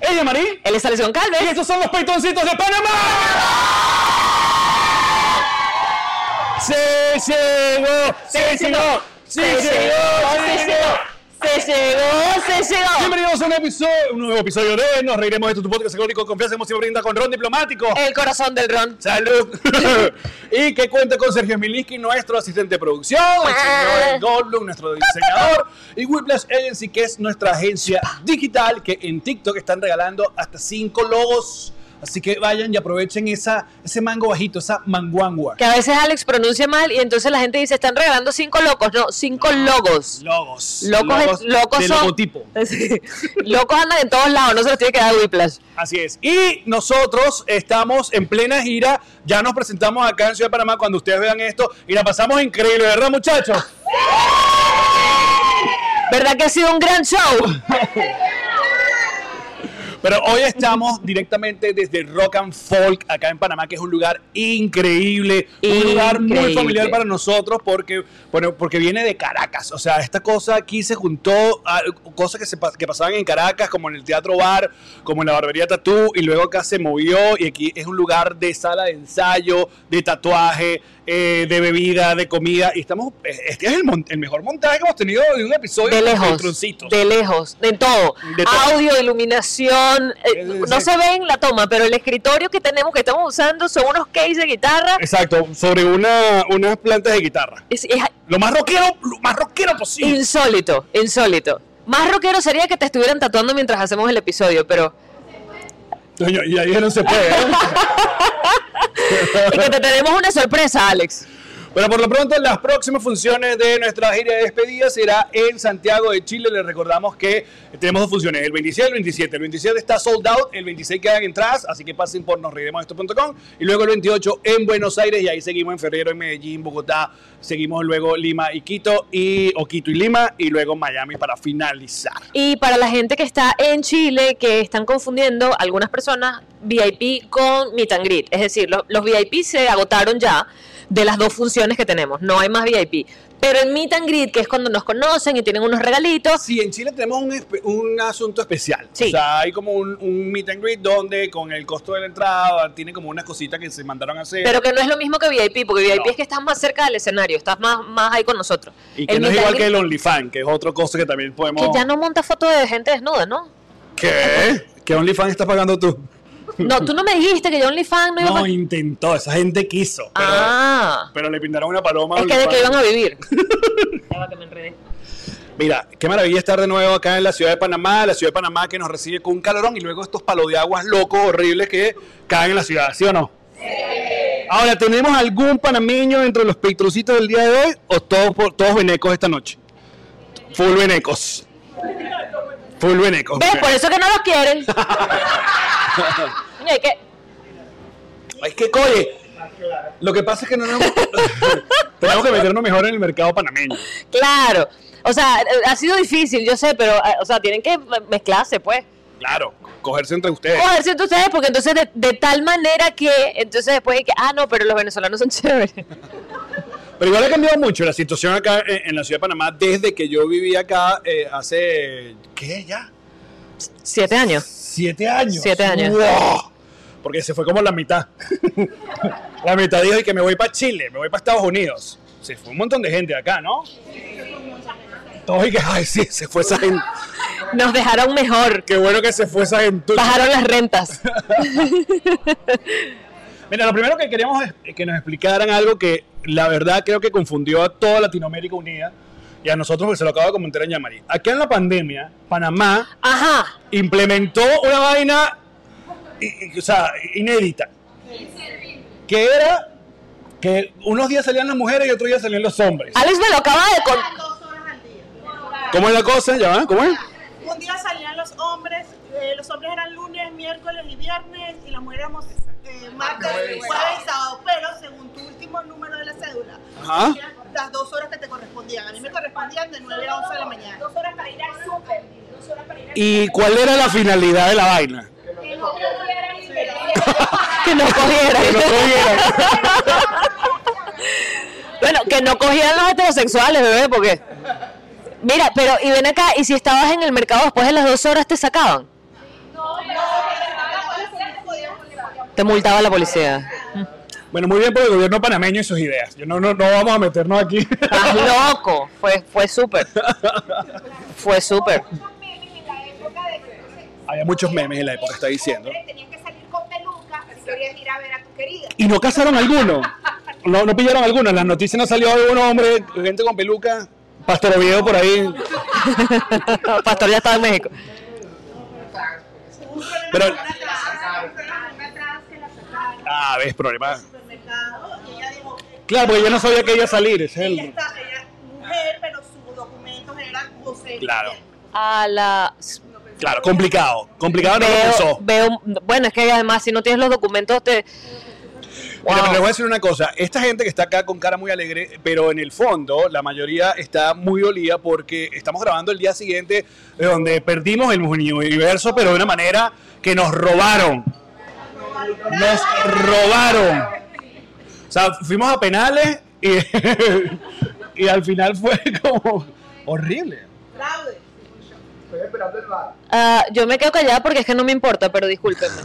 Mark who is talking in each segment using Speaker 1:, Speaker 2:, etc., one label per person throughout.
Speaker 1: Ella Marí
Speaker 2: Él es Alexión Calves.
Speaker 1: y estos son los peitoncitos de Panamá. Se llegó, se llegó, se llegó, se llegó.
Speaker 2: Se llegó, se llegó.
Speaker 1: Bienvenidos a un, episodio, un nuevo episodio de Nos Reiremos de tu, tu podcast económico con confianza emoción brinda con Ron Diplomático.
Speaker 2: El corazón del Ron.
Speaker 1: Salud. y que cuenta con Sergio Miliski, nuestro asistente de producción, el señor Goldblum, nuestro diseñador, y Whiplash Agency, que es nuestra agencia digital, que en TikTok están regalando hasta cinco logos. Así que vayan y aprovechen esa, ese mango bajito, esa manguangua.
Speaker 2: Que a veces Alex pronuncia mal y entonces la gente dice, están regalando cinco locos. No, cinco logos.
Speaker 1: Logos.
Speaker 2: Locos, es- locos
Speaker 1: de
Speaker 2: son.
Speaker 1: logotipo.
Speaker 2: Sí. Locos andan en todos lados, no se los tiene que dar Whiplash.
Speaker 1: Así es. Y nosotros estamos en plena gira. Ya nos presentamos acá en Ciudad de Panamá cuando ustedes vean esto. Y la pasamos increíble, ¿verdad, muchachos?
Speaker 2: ¿Verdad que ha sido un gran show?
Speaker 1: Pero hoy estamos directamente desde Rock and Folk, acá en Panamá, que es un lugar increíble, un lugar muy
Speaker 2: Increíble.
Speaker 1: familiar para nosotros porque, bueno, porque viene de Caracas. O sea, esta cosa aquí se juntó a cosas que, se, pas- que pasaban en Caracas, como en el Teatro Bar, como en la Barbería Tatú, y luego acá se movió y aquí es un lugar de sala de ensayo, de tatuaje, eh, de bebida, de comida. Y estamos, este es el, mon- el mejor montaje que hemos tenido de un episodio
Speaker 2: De lejos.
Speaker 1: Patroncitos.
Speaker 2: De lejos. De todo.
Speaker 1: De todo.
Speaker 2: Audio, iluminación. eh,
Speaker 1: Eh,
Speaker 2: no
Speaker 1: sí.
Speaker 2: se ve en la toma, pero el escritorio que tenemos, que estamos usando, son unos cases de guitarra.
Speaker 1: Exacto, sobre una, unas plantas de guitarra.
Speaker 2: Es- es
Speaker 1: Lo más rockero, lo más rockero posible.
Speaker 2: Insólito, insólito. Más rockero sería que te estuvieran tatuando mientras hacemos el episodio, pero.
Speaker 1: Coño, y ahí no se puede. ¿eh?
Speaker 2: Y que te tenemos una sorpresa, Alex.
Speaker 1: Pero por lo pronto, las próximas funciones de nuestra gira de despedida será en Santiago de Chile. Les recordamos que tenemos dos funciones, el 26 y el 27. El 27 está sold out, el 26 quedan entradas, así que pasen por nosreiremosesto.com. Y luego el 28 en Buenos Aires, y ahí seguimos en febrero en Medellín, Bogotá. Seguimos luego Lima y Quito, y, o Quito y Lima, y luego Miami para finalizar.
Speaker 2: Y para la gente que está en Chile, que están confundiendo algunas personas VIP con meet and greet. Es decir, lo- los VIP se agotaron ya de las dos funciones que tenemos. No hay más VIP. Pero el meet and greet, que es cuando nos conocen y tienen unos regalitos,
Speaker 1: Sí, en Chile tenemos un, espe- un asunto especial.
Speaker 2: Sí.
Speaker 1: O sea, hay como un, un meet and greet donde con el costo de la entrada tiene como unas cositas que se mandaron a hacer.
Speaker 2: pero que no es lo mismo que VIP, porque VIP
Speaker 1: No.
Speaker 2: es que estás más cerca del escenario, estás más, más ahí con nosotros.
Speaker 1: y que
Speaker 2: El
Speaker 1: no es
Speaker 2: meet and
Speaker 1: igual que
Speaker 2: greet-
Speaker 1: el OnlyFans, que es otra cosa que también podemos...
Speaker 2: Que ya no monta fotos de gente desnuda, ¿no?
Speaker 1: ¿Qué? ¿Qué OnlyFans estás pagando tú?
Speaker 2: No, tú no me dijiste que yo OnlyFans no iba
Speaker 1: No,
Speaker 2: a...
Speaker 1: intentó, esa gente quiso. Pero,
Speaker 2: Ah,
Speaker 1: pero le pintaron una paloma. a
Speaker 2: es que de qué
Speaker 1: OnlyFans.
Speaker 2: iban a vivir.
Speaker 1: Mira, qué maravilla estar de nuevo acá en la ciudad de Panamá, la ciudad de Panamá que nos recibe con un calorón y luego estos palos de aguas locos, horribles que caen en la ciudad, ¿sí o no? Ahora, ¿tenemos algún panameño entre los peitrocitos del día de hoy o todos, por- todos venecos esta noche? Full venecos. Full venecos.
Speaker 2: ¿Ves?
Speaker 1: ok.
Speaker 2: Por eso que no los quieren. Oye, que-
Speaker 1: Es que, oye, lo que pasa es que no nos... tenemos que meternos mejor en el mercado panameño.
Speaker 2: Claro. O sea, eh, ha sido difícil, yo sé, pero, eh, o sea, tienen que me- mezclarse, pues.
Speaker 1: Claro, cogerse entre ustedes.
Speaker 2: Cogerse entre ustedes, porque entonces de, de tal manera que, entonces después hay que, ah, no, pero los venezolanos son chéveres.
Speaker 1: Pero igual ha cambiado mucho la situación acá en, en la ciudad de Panamá desde que yo viví acá eh, hace, ¿qué ya?
Speaker 2: Siete años.
Speaker 1: Siete años.
Speaker 2: Siete años.
Speaker 1: ¡Wow! Porque se fue como la mitad. la mitad dijo "Y que me voy para Chile, me voy para Estados Unidos. Se fue un montón de gente de acá, ¿no? Todos y que, ay, sí, se fue esa gente.
Speaker 2: Nos dejaron mejor.
Speaker 1: Qué bueno que se fue esa gente.
Speaker 2: Bajaron las rentas.
Speaker 1: Mira, lo primero que queríamos es que nos explicaran algo que la verdad creo que confundió a toda Latinoamérica Unida y a nosotros porque se lo acabo de comentar en Yamari. Acá en la pandemia, Panamá
Speaker 2: Ajá.
Speaker 1: implementó una vaina, i- i- o sea, inédita. que era que unos días salían las mujeres y otros días salían los hombres.
Speaker 2: Alex me lo acaba de con-
Speaker 3: dos horas al día.
Speaker 1: ¿Cómo es la cosa? ¿Ya va? ¿Cómo es?
Speaker 3: Un día salían los hombres, eh, los hombres eran lunes, miércoles y viernes, y las mujeres éramos eh, martes, jueves y sábado, pero según tu último número de la cédula,
Speaker 1: Ajá.
Speaker 3: las dos horas que te correspondían. A mí me correspondían de 9 a 11 de la mañana. Dos horas para ir al súper.
Speaker 1: ¿Y cuál era la finalidad de la vaina?
Speaker 2: que no cogiera.
Speaker 1: Que no cogieran.
Speaker 2: bueno, que no cogieran los heterosexuales, bebé, porque. Mira, pero y ven acá, y si estabas en el mercado después de las dos horas te sacaban. Te multaba la policía.
Speaker 1: Bueno, muy bien por el gobierno panameño y sus ideas. Yo no, no, no vamos a meternos aquí.
Speaker 2: Estás loco. Fue, fue súper. Fue súper.
Speaker 1: Había muchos memes en la época, está diciendo.
Speaker 4: Tenías que salir con peluca si querías ir a ver a tu querida.
Speaker 1: ¿Y no casaron alguno? No, no pillaron alguno. En las noticias no salió algún hombre, gente con peluca, Pastor Oviedo por ahí.
Speaker 2: Pastor ya estaba en México.
Speaker 1: Pero,
Speaker 4: Una atrás que la sacaron.
Speaker 1: ah, ves, problema.
Speaker 3: Supermercado, y ella dijo que
Speaker 1: Claro, porque yo no sabía que iba a salir. ese es
Speaker 3: ella
Speaker 1: el-
Speaker 3: está, era mujer, pero sus documentos eran José.
Speaker 1: Claro.
Speaker 2: A la.
Speaker 1: Claro, complicado. Complicado Ah, no lo
Speaker 2: Veo,
Speaker 1: pensó.
Speaker 2: veo- bueno, es que además si no tienes los documentos te...
Speaker 1: Mira,
Speaker 2: Wow.
Speaker 1: pero les voy a decir una cosa. Esta gente que está acá con cara muy alegre, pero en el fondo la mayoría está muy dolida porque estamos grabando el día siguiente de donde perdimos el universo, pero de una manera que nos robaron. Nos robaron. O sea, fuimos a penales y, y al final fue como horrible.
Speaker 3: Fraude.
Speaker 2: Ah, yo me quedo callada porque es que no me importa, pero discúlpenme.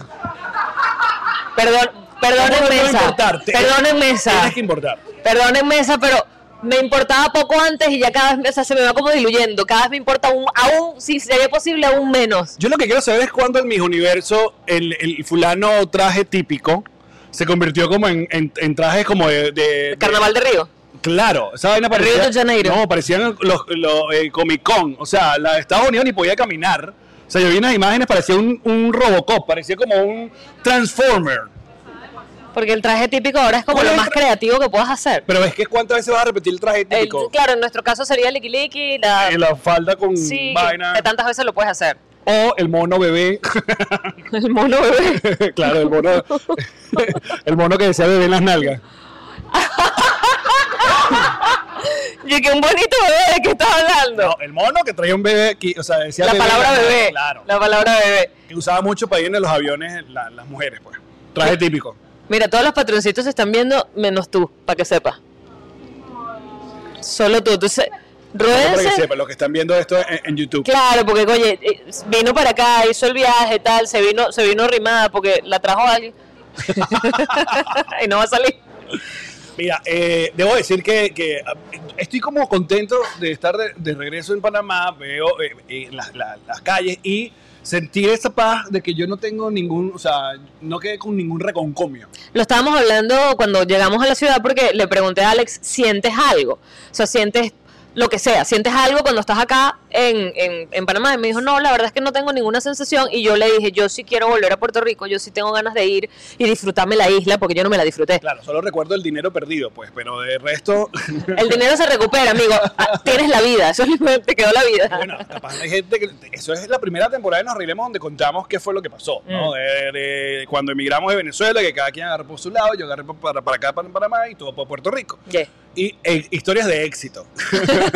Speaker 2: Perdón,
Speaker 1: ¿Cómo no te
Speaker 2: perdónenme
Speaker 1: va a
Speaker 2: esa.
Speaker 1: importar? Te-
Speaker 2: Perdónenme esa.
Speaker 1: Tienes que importar.
Speaker 2: Perdónenme esa, pero me importaba poco antes y ya cada vez, o sea, se me va como diluyendo. Cada vez me importa un, aún, si sería posible, aún menos.
Speaker 1: Yo lo que quiero saber es cuándo en mis universo el, el fulano traje típico se convirtió como en, en- en trajes como de, de- de-
Speaker 2: Carnaval de Río.
Speaker 1: Claro, esa vaina
Speaker 2: Río
Speaker 1: parecía.
Speaker 2: de Janeiro.
Speaker 1: No, parecían los, los eh, Comic Con. O sea, la de Estados Unidos ni podía caminar. O sea, yo vi unas imágenes, parecía un, un Robocop, parecía como un Transformer.
Speaker 2: Porque el traje típico ahora es como
Speaker 1: ¿Cuál
Speaker 2: lo
Speaker 1: es el
Speaker 2: más
Speaker 1: tra-
Speaker 2: creativo que puedas hacer.
Speaker 1: Pero es que cuántas veces vas a repetir el traje
Speaker 2: El-
Speaker 1: típico.
Speaker 2: claro, en nuestro caso sería el liquiliqui, la...
Speaker 1: Eh, la falda con
Speaker 2: sí,
Speaker 1: vaina.
Speaker 2: que tantas veces lo puedes hacer.
Speaker 1: O el mono bebé.
Speaker 2: El mono bebé.
Speaker 1: claro, el mono. el mono que decía bebé en las nalgas.
Speaker 2: Yo que un bonito bebé, ¿de qué estás hablando?
Speaker 1: No, el mono que traía un bebé aquí, o sea, decía
Speaker 2: la
Speaker 1: bebé,
Speaker 2: palabra
Speaker 1: claro,
Speaker 2: bebé.
Speaker 1: Claro.
Speaker 2: La palabra bebé.
Speaker 1: Que usaba mucho para ir en los aviones la- las mujeres, pues. Traje típico.
Speaker 2: Mira, todos los patroncitos se están viendo, menos tú, para que sepas. Solo tú. Entonces,
Speaker 1: Para que
Speaker 2: ruédense.
Speaker 1: sepan, los que están viendo esto en, en YouTube.
Speaker 2: Claro, porque oye, eh, vino para acá, hizo el viaje, tal, se vino, se vino rimada porque la trajo alguien. y no va a salir.
Speaker 1: Mira, eh, debo decir que, que, ah, estoy como contento de estar de, de regreso en Panamá, veo eh, eh, las, la- las calles y sentir esa paz de que yo no tengo ningún, o sea, no quedé con ningún reconcomio.
Speaker 2: Lo estábamos hablando cuando llegamos a la ciudad porque le pregunté a Alex, ¿sientes algo? O sea, ¿sientes lo que sea? ¿Sientes algo cuando estás acá en, en, en Panamá? Y me dijo, no, la verdad es que no tengo ninguna sensación. Y yo le dije, yo sí quiero volver a Puerto Rico, yo sí tengo ganas de ir y disfrutarme la isla porque yo no me la disfruté.
Speaker 1: Claro, solo recuerdo el dinero perdido, pues, pero de resto,
Speaker 2: El dinero se recupera, amigo. Ah, Tienes la vida, eso es lo que te quedó la vida.
Speaker 1: bueno, capaz hay gente que, eso es la primera temporada de Nos Reiremos donde contamos qué fue lo que pasó, ¿no? De- de cuando emigramos de Venezuela, que cada quien agarró por su lado, yo agarré pa- para, para acá, para Panamá y todo por Puerto Rico.
Speaker 2: Yeah.
Speaker 1: y eh, historias de éxito.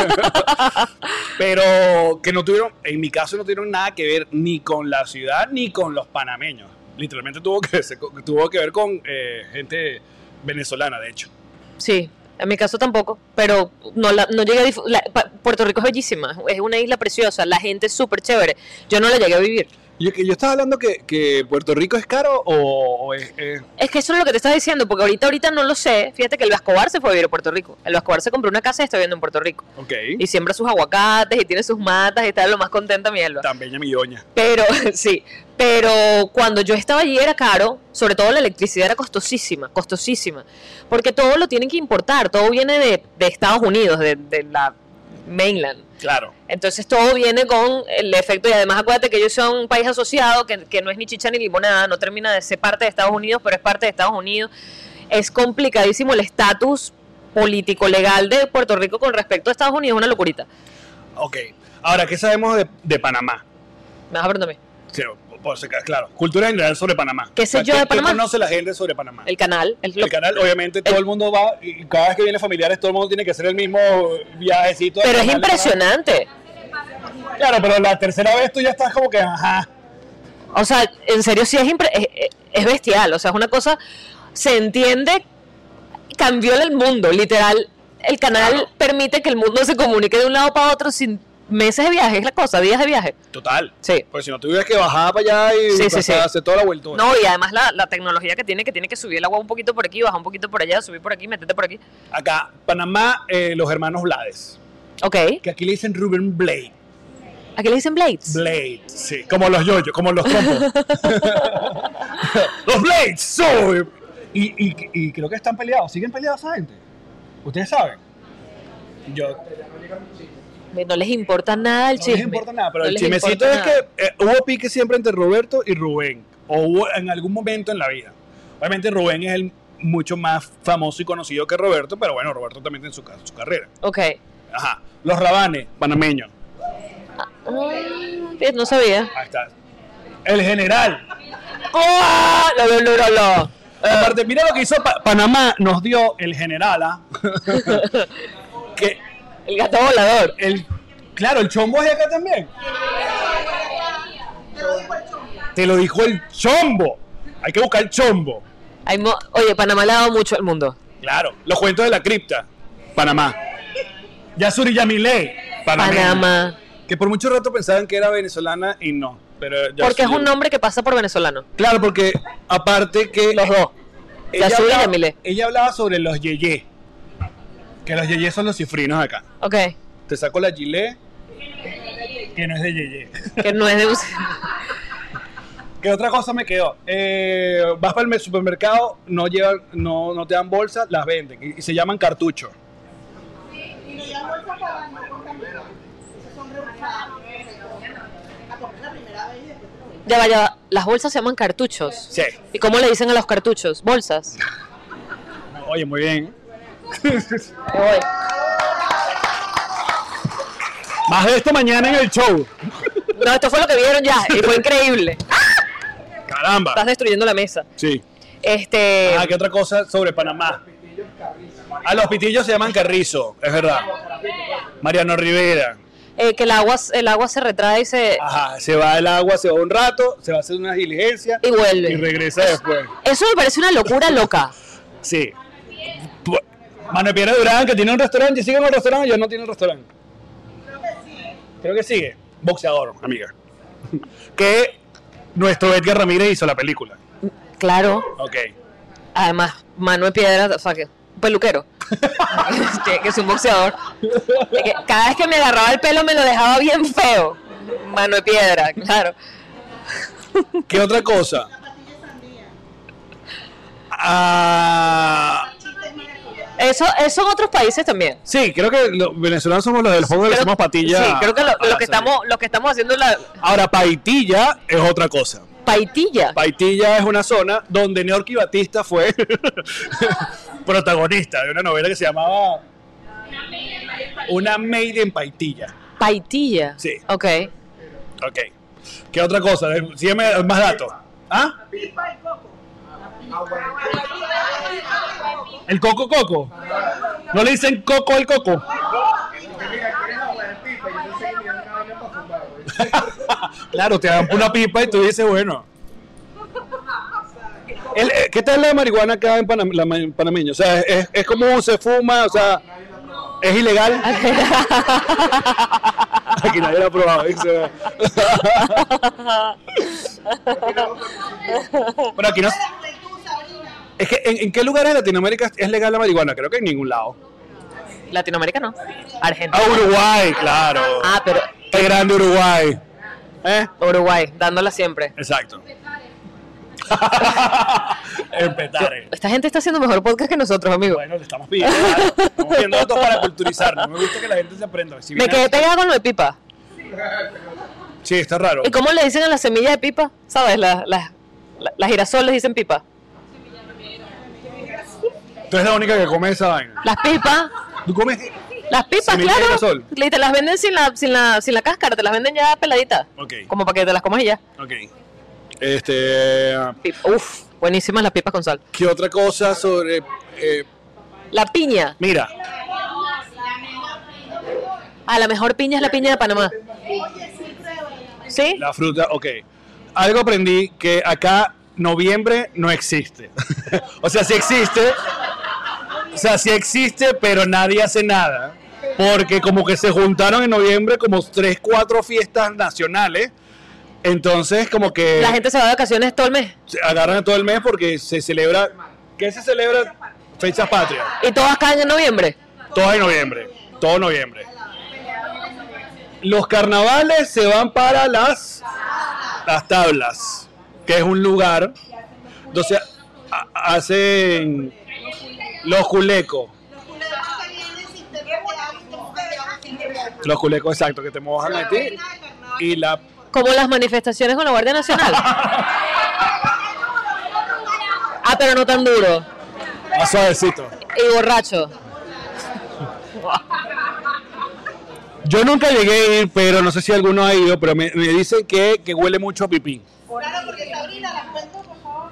Speaker 1: Pero que no tuvieron, en mi caso no tuvieron nada que ver ni con la ciudad ni con los panameños. Literalmente tuvo que, se- tuvo que ver con eh, gente venezolana, de hecho.
Speaker 2: Sí, en mi caso tampoco, pero no, la, no llegué a disfr- la- pa- Puerto Rico es bellísima, es una isla preciosa, la gente es súper chévere. Yo no la llegué a vivir.
Speaker 1: Yo, que yo estaba hablando que, que Puerto Rico es caro o, o es... es-
Speaker 2: Es que eso es lo que te estaba diciendo, porque ahorita ahorita no lo sé. Fíjate que el Vascobar se fue a vivir a Puerto Rico. El Vascobar se compró una casa y está viviendo en Puerto Rico.
Speaker 1: ok.
Speaker 2: Y siembra sus aguacates y tiene sus matas y está lo más contenta mi alba.
Speaker 1: Tan bella mi doña.
Speaker 2: Pero, sí, pero cuando yo estaba allí era caro, sobre todo la electricidad era costosísima, costosísima, porque todo lo tienen que importar, todo viene de, de Estados Unidos, de, de la mainland.
Speaker 1: Claro.
Speaker 2: Entonces todo viene con el efecto, y además acuérdate que ellos son un país asociado que, que no es ni chicha ni limonada, no termina de ser parte de Estados Unidos, pero es parte de Estados Unidos. es complicadísimo el estatus político-legal de Puerto Rico con respecto a Estados Unidos, es una locurita.
Speaker 1: Ok. Ahora, ¿qué sabemos de, de Panamá?
Speaker 2: Me vas a perdonar.
Speaker 1: Sí, por- por si acaso, claro, cultura general sobre Panamá.
Speaker 2: ¿Qué sé
Speaker 1: O sea,
Speaker 2: yo de Panamá?
Speaker 1: ¿Qué conoce la gente sobre Panamá?
Speaker 2: El canal, el,
Speaker 1: El canal, obviamente, todo
Speaker 2: el-
Speaker 1: el mundo va, y cada vez que vienen familiares, todo el mundo tiene que hacer el mismo viajecito.
Speaker 2: pero es
Speaker 1: Canal,
Speaker 2: impresionante.
Speaker 1: ¿verdad? Claro, pero la tercera vez tú ya estás como que, ajá.
Speaker 2: O sea, en serio sí es, impre- es, es- es bestial. O sea, es una cosa. Se entiende. Cambió el mundo, literal. El canal permite que el mundo se comunique de un lado para otro sin meses de viaje. Es la cosa, días de viaje.
Speaker 1: Total.
Speaker 2: Sí.
Speaker 1: Pues si no tuvieras que bajar para allá y
Speaker 2: Sí, sí,
Speaker 1: pasar-
Speaker 2: sí.
Speaker 1: hacer toda la vuelta.
Speaker 2: No, y además la, la tecnología que tiene, que tiene que subir el agua un poquito por aquí, bajar un poquito por allá, subir por aquí, meterte por aquí.
Speaker 1: Acá, Panamá, eh, los hermanos Blades.
Speaker 2: Ok.
Speaker 1: Que aquí le dicen Ruben Blade.
Speaker 2: Aquí le dicen Blades.
Speaker 1: Blade, sí. Como los yoyos, como los trompos. los Blades, soy. Y, y, y creo que están peleados. ¿Siguen peleados esa gente? ¿Ustedes saben? Yo,
Speaker 2: No les importa nada el
Speaker 1: no
Speaker 2: chisme.
Speaker 1: les importa nada, pero
Speaker 2: No
Speaker 1: el
Speaker 2: les
Speaker 1: chimecito
Speaker 2: importa
Speaker 1: es
Speaker 2: nada.
Speaker 1: que eh, hubo pique siempre entre Roberto y Rubén, o hubo en algún momento en la vida. Obviamente Rubén es el mucho más famoso y conocido que Roberto, pero bueno, Roberto también tiene su, ca- su carrera.
Speaker 2: Ok.
Speaker 1: Ajá. Los Rabanes, panameños.
Speaker 2: Ah, no sabía.
Speaker 1: Ahí está. El general.
Speaker 2: ¡Oh! Lo, lo, lo, lo, lo.
Speaker 1: Aparte, mira Eh, lo que hizo Pa- Panamá, nos dio el general, ¿ah? que
Speaker 2: El gato volador.
Speaker 1: el, claro, el chombo es de acá también. Te lo dijo el chombo. Hay que buscar el chombo.
Speaker 2: Hay mo- Oye, Panamá le ha dado mucho al mundo.
Speaker 1: Claro, los cuentos de la cripta, Panamá. Yasuri Yamile, Panamá.
Speaker 2: Panamá.
Speaker 1: Que por mucho rato pensaban que era venezolana y no. Pero Yasuri-
Speaker 2: Porque es un nombre que pasa por venezolano.
Speaker 1: Claro, porque aparte que.
Speaker 2: Los dos.
Speaker 1: Ella
Speaker 2: Yasuri y
Speaker 1: hablaba-
Speaker 2: Yamile.
Speaker 1: Ella hablaba sobre los yeye. Que los yeye son los cifrinos acá.
Speaker 2: Ok.
Speaker 1: Te saco la gilet. Que no es de Yeye.
Speaker 2: Que no es de un-
Speaker 1: ¿Qué otra cosa me quedó? Eh, vas para el supermercado, no, llevan, no, no te dan bolsas, las venden. Y, y se llaman cartuchos.
Speaker 3: Y no ya vuelta para no contaminar. Son rehusadas. A comer la primera vez y después te lo voy.
Speaker 2: Ya vaya, las bolsas se llaman cartuchos.
Speaker 1: Sí.
Speaker 2: ¿Y cómo le dicen a los cartuchos? Bolsas.
Speaker 1: Oye, muy bien.
Speaker 2: Me voy.
Speaker 1: Más de esto mañana en el show.
Speaker 2: No, esto fue lo que vieron ya. Y fue increíble.
Speaker 1: Caramba.
Speaker 2: Estás destruyendo la mesa.
Speaker 1: Sí.
Speaker 2: Este.
Speaker 1: Ah, ¿qué otra cosa sobre Panamá? A los pitillos se llaman carrizo, es verdad. Mariano Rivera.
Speaker 2: eh, que el agua, el agua se retrae y se.
Speaker 1: Ajá, se va el agua, se va un rato, se va a hacer una diligencia
Speaker 2: Y vuelve.
Speaker 1: y regresa después.
Speaker 2: Eso me parece una locura loca.
Speaker 1: Sí. Pu- Manuel Piedra Durán, que tiene un restaurante, sigue en el restaurante, ya no tiene un restaurante. Creo que sigue. Boxeador, amiga. que nuestro Edgar Ramírez hizo la película.
Speaker 2: Claro.
Speaker 1: Ok.
Speaker 2: Además, Manuel Piedra, o sea, que un peluquero. Tiene que es un boxeador. Es que Cada vez que me agarraba el pelo me lo dejaba bien feo. Manuel Piedra, claro.
Speaker 1: ¿Qué otra cosa? Ah,
Speaker 2: Eso, eso en otros países también.
Speaker 1: sí, creo que los venezolanos somos los del juego que le
Speaker 2: Creo-
Speaker 1: hacemos patilla.
Speaker 2: Sí, creo que lo,
Speaker 1: a
Speaker 2: lo
Speaker 1: la
Speaker 2: que
Speaker 1: salida.
Speaker 2: estamos, lo que estamos haciendo es la
Speaker 1: Ahora, paitilla es otra cosa.
Speaker 2: paitilla.
Speaker 1: Paitilla es una zona donde Neorky Batista fue protagonista de una novela que se llamaba Una Maid en Paitilla.
Speaker 2: Paitilla.
Speaker 1: Sí.
Speaker 2: Ok.
Speaker 1: Ok. ¿Qué otra cosa? Eh, Sígueme más datos. ¿Ah?
Speaker 3: Pipa y coco.
Speaker 1: ¿El coco coco? ¿No le dicen coco al coco? claro, te dan una pipa y tú dices, bueno. El, eh, ¿Qué tal la marihuana acá en Panam la ma- panameña? O sea, es, es común, se fuma, o sea, es ilegal. Aquí nadie la ha probado. dice. Pero aquí no. Es que, ¿en, en qué lugares de Latinoamérica es legal la marihuana? Creo que en ningún lado.
Speaker 2: Latinoamérica no. Argentina.
Speaker 1: Ah, Uruguay, claro.
Speaker 2: Ah, pero
Speaker 1: Qué grande Uruguay. ¿Eh?
Speaker 2: Uruguay, dándola siempre.
Speaker 1: Exacto. en Petare.
Speaker 2: Esta gente está haciendo mejor podcast que nosotros, amigo.
Speaker 1: Bueno, le estamos pidiendo. ¿eh? Estamos pidiendo datos para culturizarnos. Me gusta que la gente se aprenda. Si
Speaker 2: Me
Speaker 1: viene-
Speaker 2: quedé pegada con lo de pipa.
Speaker 1: Sí, está raro.
Speaker 2: ¿Y cómo le dicen a las semillas de pipa? ¿Sabes? Las las- las- las girasoles dicen pipa.
Speaker 1: Tú eres la única que come esa vaina.
Speaker 2: Las pipas,
Speaker 1: ¿Tú comes?
Speaker 2: las pipas,
Speaker 1: Sin el
Speaker 2: claro.
Speaker 1: girasol.
Speaker 2: Y te las venden sin la, sin, la, sin la cáscara, te las venden ya peladitas.
Speaker 1: Ok.
Speaker 2: Como para que te las comas y ya.
Speaker 1: Ok. Este,
Speaker 2: Pip- Uf, buenísimas las pipas con sal.
Speaker 1: ¿qué otra cosa sobre...? eh,
Speaker 2: La piña.
Speaker 1: mira,
Speaker 2: Ah, la mejor piña es la piña de Panamá. ¿Sí?
Speaker 1: la fruta, ok. Algo aprendí que acá noviembre no existe. o sea, sí existe. O sea, sí existe, pero nadie hace nada. Porque como que se juntaron en noviembre como tres, cuatro fiestas nacionales. Entonces, como que...
Speaker 2: La gente se va de vacaciones todo el mes.
Speaker 1: se agarran a todo el mes porque se celebra. ¿Qué se celebra? Fechas patrias.
Speaker 2: Y todas caen en noviembre.
Speaker 1: Todo en noviembre. Todo noviembre. Los carnavales se van para las, las tablas, que es un lugar. Entonces ha- hacen los culecos. Los culecos, exacto, que te mojan a ti. Y la.
Speaker 2: Como las manifestaciones con la Guardia Nacional. Ah, pero no tan duro.
Speaker 1: Más suavecito.
Speaker 2: Y borracho.
Speaker 1: Yo nunca llegué a ir, pero no sé si alguno ha ido, pero me, me dicen que, que huele mucho a pipí.
Speaker 3: Claro, porque Sabrina, las cuentas, por favor.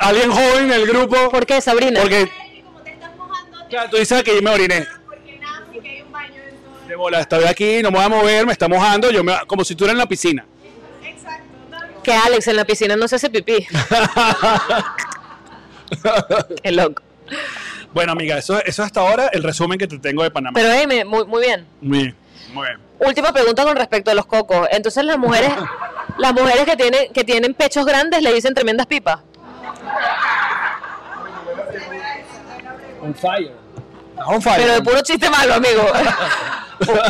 Speaker 1: Alguien joven del grupo.
Speaker 2: ¿Por qué, Sabrina?
Speaker 1: Porque
Speaker 4: Como te estás mojando, te
Speaker 1: claro, tú dices que yo me oriné.
Speaker 4: porque nada, porque hay un baño en todo.
Speaker 1: De bola, estoy aquí, no me voy a mover, me está mojando, yo me, como si estuviera en la piscina.
Speaker 2: Que Alex en la piscina no se hace pipí. Qué loco.
Speaker 1: Bueno, amiga, eso, eso hasta ahora el resumen que te tengo de Panamá.
Speaker 2: Pero, eh, me- muy, muy bien.
Speaker 1: muy bien, muy bien.
Speaker 2: Última pregunta con respecto a los cocos. Entonces, las mujeres, las mujeres que tienen, que tienen pechos grandes le dicen tremendas pipas.
Speaker 1: On fire. Ah, On fire.
Speaker 2: Pero de puro chiste malo, amigo. Puro,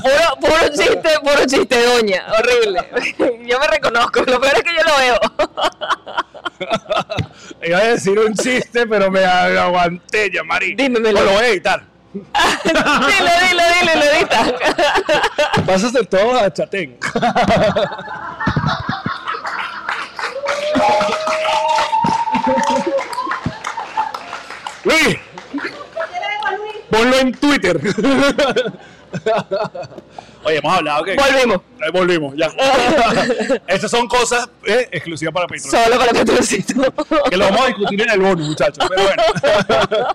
Speaker 2: puro chiste, puro chiste, doña. Horrible. Yo me reconozco. Lo peor es que yo lo veo.
Speaker 1: Iba a decir un chiste, pero me aguanté, ya, Mari.
Speaker 2: Dímemelo.
Speaker 1: O lo voy a editar.
Speaker 2: dilo, dilo, dilo, y lo editas.
Speaker 1: Vas a hacer todo a Chatén. Luis, ponlo en Twitter. Oye, hemos hablado que.
Speaker 2: Volvimos.
Speaker 1: Eh, volvimos, ya. Estas son cosas eh, exclusivas para Patreon.
Speaker 2: Solo para Petrocito.
Speaker 1: Que lo vamos a discutir en el bonus, muchachos. Pero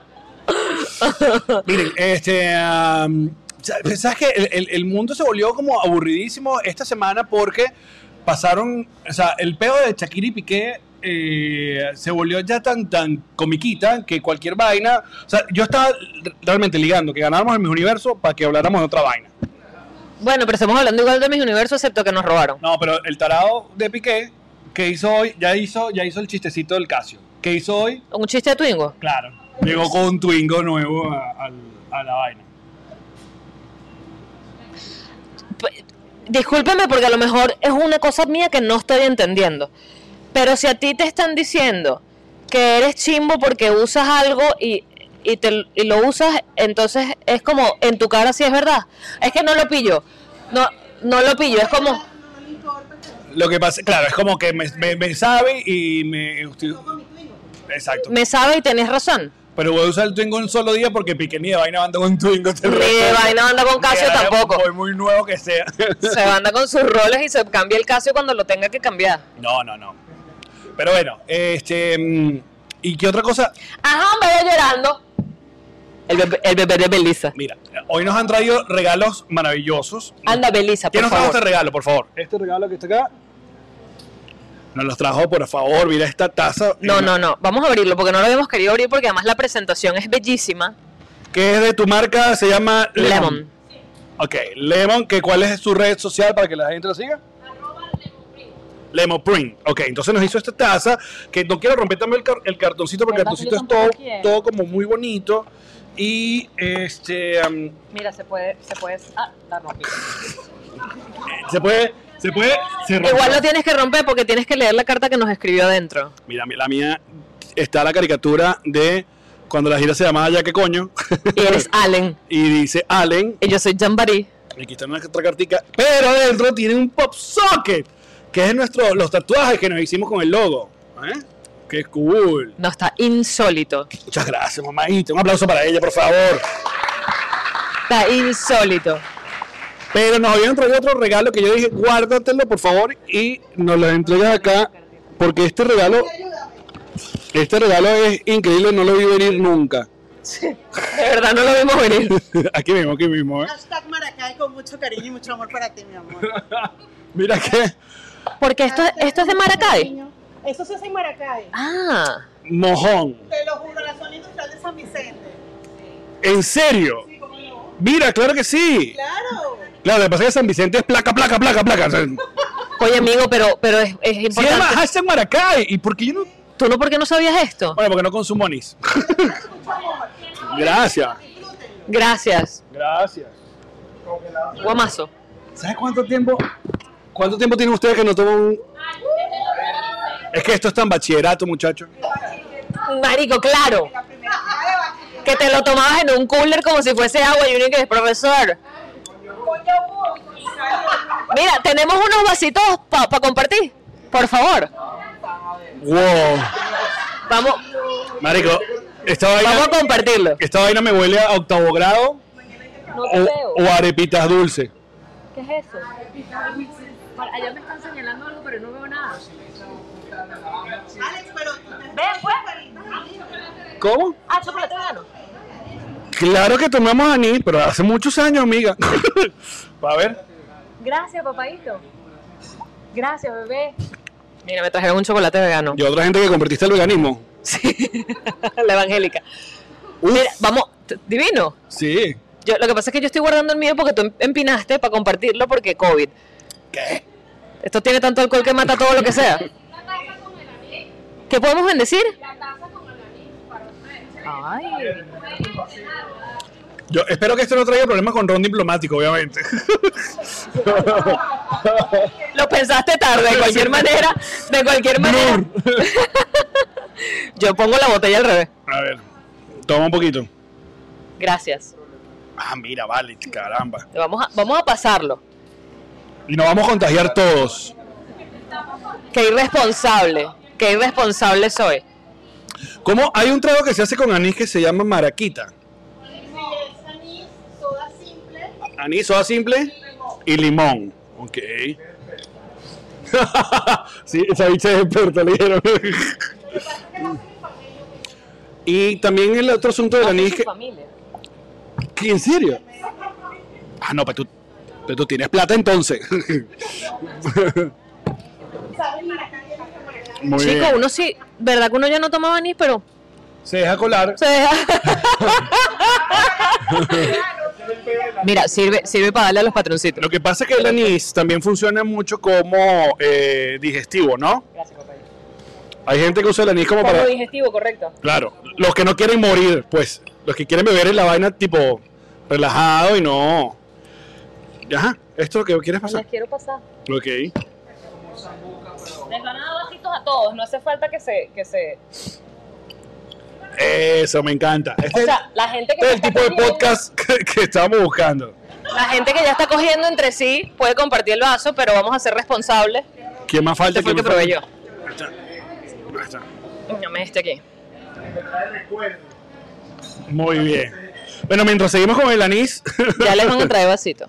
Speaker 1: bueno. Miren, este. am, sa- ¿Sabes que el, el- el mundo se volvió como aburridísimo esta semana porque pasaron. O sea, el peo de Shakira y Piqué. eh, se volvió ya tan tan comiquita que cualquier vaina, o sea, yo estaba realmente ligando que ganáramos el Miss Universo para que habláramos de otra vaina.
Speaker 2: Bueno, pero estamos hablando igual de mis universos, excepto que nos robaron.
Speaker 1: No, pero el tarado de Piqué que hizo hoy, ya hizo, ya hizo el chistecito del Casio. Que hizo hoy,
Speaker 2: Un chiste de Twingo.
Speaker 1: claro. Llegó con un Twingo nuevo a, al- a la vaina.
Speaker 2: P- Discúlpeme porque a lo mejor es una cosa mía que no estoy entendiendo. Pero si a ti te están diciendo que eres chimbo porque usas algo y, y, te- y lo usas, entonces es como en tu cara si es verdad. Es que no lo pillo. No, no lo pillo. Es como.
Speaker 1: Lo que pasa, claro, es como que me, me- me sabe y me. usted- exacto.
Speaker 2: Me sabe y tenés razón.
Speaker 1: Pero voy a usar el Twingo un solo día porque Piqué ni de vaina anda con Twingo. te
Speaker 2: Ni
Speaker 1: lo
Speaker 2: de
Speaker 1: juro.
Speaker 2: vaina anda con
Speaker 1: Ni de
Speaker 2: Casio
Speaker 1: vaina,
Speaker 2: tampoco.
Speaker 1: Por muy nuevo que sea.
Speaker 2: Se anda con sus roles y se cambia el caso cuando lo tenga que cambiar.
Speaker 1: no, no, no. Pero bueno, este. mm, ¿Y qué otra cosa?
Speaker 2: Ajá, me veo llorando. El bebé, el bebé de Belisa.
Speaker 1: Mira, hoy nos han traído regalos maravillosos.
Speaker 2: Anda, Belisa,
Speaker 1: ¿Quién nos
Speaker 2: por
Speaker 1: trajo este
Speaker 2: favor.
Speaker 1: regalo, por favor? Este regalo que está acá. Nos los trajo, por favor, mira esta taza.
Speaker 2: No, no, no. Vamos a abrirlo porque no lo habíamos querido abrir porque además la presentación es bellísima.
Speaker 1: Que es de tu marca, se llama Lemon.
Speaker 2: Lemon.
Speaker 1: Ok, Lemon, que ¿cuál es su red social para que la gente lo siga? Lemon Print. Ok, entonces nos hizo esta taza, que no quiero romper también el, car- el cartoncito, porque el
Speaker 2: ¿Verdad que
Speaker 1: cartoncito es
Speaker 2: yo
Speaker 1: todo,
Speaker 2: tampoco quiero?
Speaker 1: todo como muy bonito. Y este, um,
Speaker 2: Mira, se puede, se puede. Ah, la rompí.
Speaker 1: se puede, se puede, se rompe.
Speaker 2: Igual lo tienes que romper porque tienes que leer la carta que nos escribió adentro.
Speaker 1: Mira, la mía está la caricatura de cuando la gira se llamaba Ya que coño.
Speaker 2: Y eres Allen.
Speaker 1: y dice Allen.
Speaker 2: Y yo soy Jamboree.
Speaker 1: Aquí está una otra cartica. Pero adentro tiene un pop socket, que es nuestro, los tatuajes que nos hicimos con el logo. ¿eh? Qué cool.
Speaker 2: No, está insólito.
Speaker 1: Muchas gracias, mamáita. Un aplauso para ella, por favor.
Speaker 2: Está insólito.
Speaker 1: Pero nos habían traído otro regalo que yo dije, guárdatelo, por favor, y nos lo entregas acá, porque este regalo, este regalo es increíble, no lo vi venir nunca.
Speaker 2: De verdad, no lo vimos venir.
Speaker 1: aquí mismo, aquí mismo, ¿eh?
Speaker 3: Hashtag Maracay con mucho cariño y mucho amor para ti, mi amor.
Speaker 1: Mira que
Speaker 2: Porque esto, esto es de Maracay.
Speaker 3: Eso se hace en Maracay.
Speaker 2: Ah,
Speaker 1: mojón.
Speaker 3: Te lo juro, la zona industrial de San Vicente.
Speaker 1: ¿En serio?
Speaker 3: Sí, cómo no.
Speaker 1: Mira, claro que sí.
Speaker 3: Claro.
Speaker 1: Claro, lo que pasa es que San Vicente es placa, placa, placa, placa. O sea,
Speaker 2: oye amigo, pero, pero es, es
Speaker 1: se llama
Speaker 2: importante.
Speaker 1: hashtag Maracay. ¿Y por qué yo no?
Speaker 2: ¿Tú no por qué no sabías esto?
Speaker 1: Bueno, porque no consumo anís.
Speaker 3: Mucho amor.
Speaker 1: Gracias.
Speaker 3: Disfrútenlo.
Speaker 2: Gracias.
Speaker 1: Gracias.
Speaker 2: Guamazo.
Speaker 1: ¿Sabes cuánto tiempo? ¿Cuánto tiempo tienen ustedes que no toman un... Es que esto es tan bachillerato, muchachos.
Speaker 2: Marico, claro. Que te lo tomabas en un cooler como si fuese agua y uno que es profesor. Mira, tenemos unos vasitos para compartir. Por favor.
Speaker 1: Wow.
Speaker 2: Vamos,
Speaker 1: Marico, esta vaina,
Speaker 2: vamos a compartirlo.
Speaker 1: esta vaina me huele a octavo grado
Speaker 2: No
Speaker 1: o, o arepitas dulces.
Speaker 2: ¿Qué es eso? Allá me están señalando algo, pero no veo nada.
Speaker 3: Alex, pero tú te-
Speaker 2: Ven, pues.
Speaker 1: ¿Cómo?
Speaker 2: Ah, chocolate vegano.
Speaker 1: Claro que tomamos anís, pero hace muchos años, amiga. A ver.
Speaker 2: Gracias, papadito. Gracias, bebé. Mira, me trajeron un chocolate vegano.
Speaker 1: Y otra gente que convertiste al veganismo.
Speaker 2: Sí, la evangélica. Mira, vamos, t- divino.
Speaker 1: Sí.
Speaker 2: Yo, lo que pasa es que yo estoy guardando el mío porque tú em- empinaste para compartirlo porque COVID.
Speaker 1: ¿Qué?
Speaker 2: Esto tiene tanto alcohol que mata todo lo que sea. ¿Qué podemos bendecir? Ay,
Speaker 1: Yo espero que esto no traiga problemas con ron diplomático, obviamente.
Speaker 2: lo pensaste tarde, de cualquier manera, de cualquier manera. Yo pongo la botella al revés.
Speaker 1: A ver. Toma un poquito.
Speaker 2: Gracias.
Speaker 1: Ah, mira, vale, caramba.
Speaker 2: Vamos a, vamos a pasarlo.
Speaker 1: Y nos vamos a contagiar todos.
Speaker 2: Qué irresponsable, qué irresponsable soy.
Speaker 1: ¿Cómo? Hay un trago que se hace con anís que se llama maraquita.
Speaker 3: Si es anís, soda simple,
Speaker 1: Anís, soda simple y limón. Ok. sí, esa bicha es experta, le dijeron. y también el otro asunto del anís que...
Speaker 2: familia.
Speaker 1: ¿Qué, ¿En serio? Ah, no, pero tú, pero tú tienes plata entonces. Muy
Speaker 2: Chico,
Speaker 1: bien.
Speaker 2: uno sí, verdad que uno ya no tomaba anís, pero
Speaker 1: Se deja colar.
Speaker 2: se deja. Mira, sirve, sirve para darle a los patroncitos.
Speaker 1: Lo que pasa es que el anís también funciona mucho como eh, digestivo, ¿no? Hay gente que usa el anís como para...
Speaker 2: digestivo, correcto.
Speaker 1: Claro, los que no quieren morir, pues, los que quieren beber es la vaina tipo relajado y no. Ajá, esto es lo que quieres pasar.
Speaker 2: quiero pasar.
Speaker 1: Ok.
Speaker 2: Les van a dar vasitos a todos, no hace falta que se, que se...
Speaker 1: Eso me encanta. Este
Speaker 2: O sea, la gente que
Speaker 1: es el
Speaker 2: ya está
Speaker 1: tipo de
Speaker 2: cogiendo-
Speaker 1: podcast que, que estábamos buscando.
Speaker 2: La gente que ya está cogiendo entre sí puede compartir el vaso, pero vamos a ser responsables.
Speaker 1: ¿Quién más
Speaker 2: Este
Speaker 1: falta?
Speaker 2: fue el que
Speaker 1: ¿Quién
Speaker 2: probé yo.
Speaker 1: más falta? Ahí está. Ahí
Speaker 2: No me este aquí.
Speaker 1: está. Muy bien. Bueno, mientras seguimos con el anís.
Speaker 2: Ya les van a traer vasito.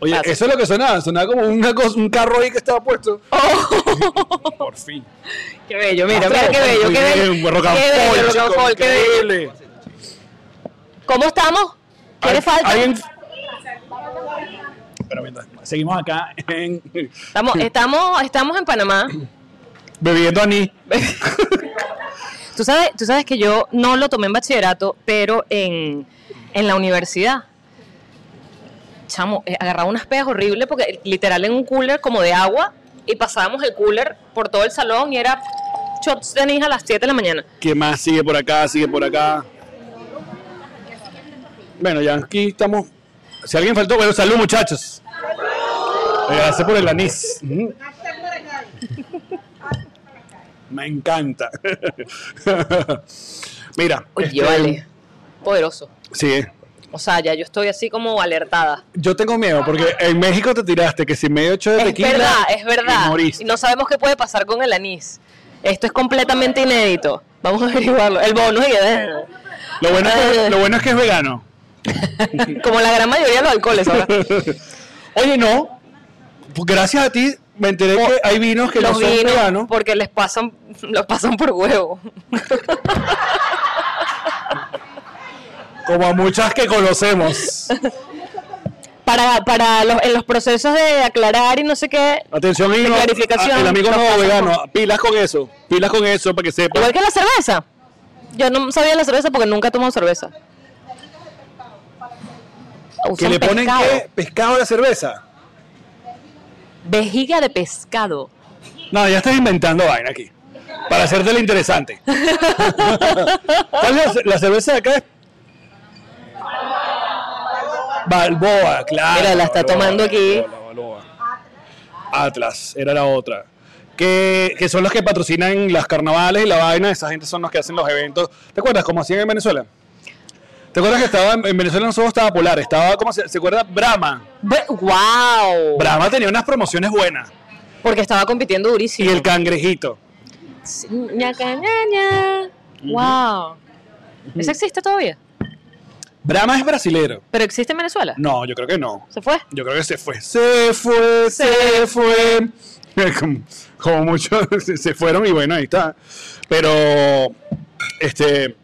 Speaker 1: Oye,
Speaker 2: Pasa.
Speaker 1: eso es lo que sonaba. Sonaba como una cosa- un carro ahí que estaba puesto. Por fin.
Speaker 2: Qué bello, Oh. mira,
Speaker 1: Astro,
Speaker 2: mira qué bello,
Speaker 1: muy
Speaker 2: qué bello.
Speaker 1: bien, rock and
Speaker 2: Qué
Speaker 1: roll,
Speaker 2: bello,
Speaker 1: chico,
Speaker 2: rock and roll, qué bello.
Speaker 1: increíble.
Speaker 2: ¿Cómo estamos? ¿Quiere
Speaker 1: Al-
Speaker 2: falta?
Speaker 1: alguien- Pero mientras, seguimos acá en-
Speaker 2: Estamos, estamos, estamos en Panamá.
Speaker 1: bebiendo anís.
Speaker 2: Tú sabes, tú sabes que yo no lo tomé en bachillerato, pero en, en la universidad. Chamo, eh, agarraba unas pegas horribles porque eh, literal en un cooler como de agua y pasábamos el cooler por todo el salón y era shots de anís a las 7 de la mañana.
Speaker 1: ¿Qué más sigue por acá? Sigue por acá. Bueno, ya aquí estamos. Si alguien faltó, bueno, salud muchachos. Eh, Gracias por el anís. Ujú.
Speaker 3: hashtag Maracay.
Speaker 1: Me encanta. Mira.
Speaker 2: Oye,
Speaker 1: este,
Speaker 2: vale. Poderoso.
Speaker 1: Sí.
Speaker 2: O sea, ya yo estoy así como alertada.
Speaker 1: Yo tengo miedo porque en México te tiraste que si medio hecho de
Speaker 2: Es
Speaker 1: tequila.
Speaker 2: verdad, es
Speaker 1: y
Speaker 2: verdad.
Speaker 1: moriste.
Speaker 2: Y no sabemos qué puede pasar con el anís. Esto es completamente inédito. Vamos a averiguarlo. El bonus y
Speaker 1: Lo bueno, es que, lo bueno es que es vegano.
Speaker 2: como la gran mayoría de los alcoholes ahora.
Speaker 1: Oye, no. Pues Gracias a ti me enteré que hay vinos que no
Speaker 2: los
Speaker 1: son
Speaker 2: vinos
Speaker 1: veganos.
Speaker 2: porque les pasan los pasan por huevo.
Speaker 1: Como a muchas que conocemos.
Speaker 2: Para para los en los procesos de aclarar y no sé qué.
Speaker 1: Atención,
Speaker 2: De
Speaker 1: Ino,
Speaker 2: clarificación.
Speaker 1: a- el amigo
Speaker 2: Los
Speaker 1: no
Speaker 2: pasan
Speaker 1: vegano. Pilas con eso. Pilas con eso para que sepa.
Speaker 2: Igual que la cerveza. Yo no sabía la cerveza porque nunca he tomado cerveza.
Speaker 1: que
Speaker 2: Usan
Speaker 1: le ponen
Speaker 2: pescado.
Speaker 1: qué? Pescado a la cerveza.
Speaker 2: Vejiga de pescado.
Speaker 1: No, ya estás inventando vaina aquí. Para hacerte lo interesante. ¿Cuál es la ce- la cerveza de acá? Es... Balboa, claro.
Speaker 2: Mira, la está
Speaker 1: Balboa,
Speaker 2: tomando aquí.
Speaker 1: Balboa, Balboa. Atlas, era la otra. Que, que son los que patrocinan las carnavales y la vaina. Esa gente son los que hacen los eventos. ¿Te acuerdas cómo hacían en Venezuela? ¿Te acuerdas que estaba en en Venezuela no solo estaba Polar, estaba, ¿cómo se, ¿se acuerda? Brahma.
Speaker 2: Ve- ¡Wow!
Speaker 1: Brahma tenía unas promociones buenas.
Speaker 2: Porque estaba compitiendo
Speaker 1: Y
Speaker 2: durísimo.
Speaker 1: el cangrejito.
Speaker 2: Sí, ñaca, ña, ña. ¡Wow! ¿Eso existe todavía?
Speaker 1: Brahma es brasilero.
Speaker 2: ¿Pero existe en Venezuela?
Speaker 1: No, yo creo que no.
Speaker 2: ¿Se fue?
Speaker 1: Yo creo que se fue. Se fue, se fue. Como, como muchos se- se fueron y bueno, ahí está. Pero, este,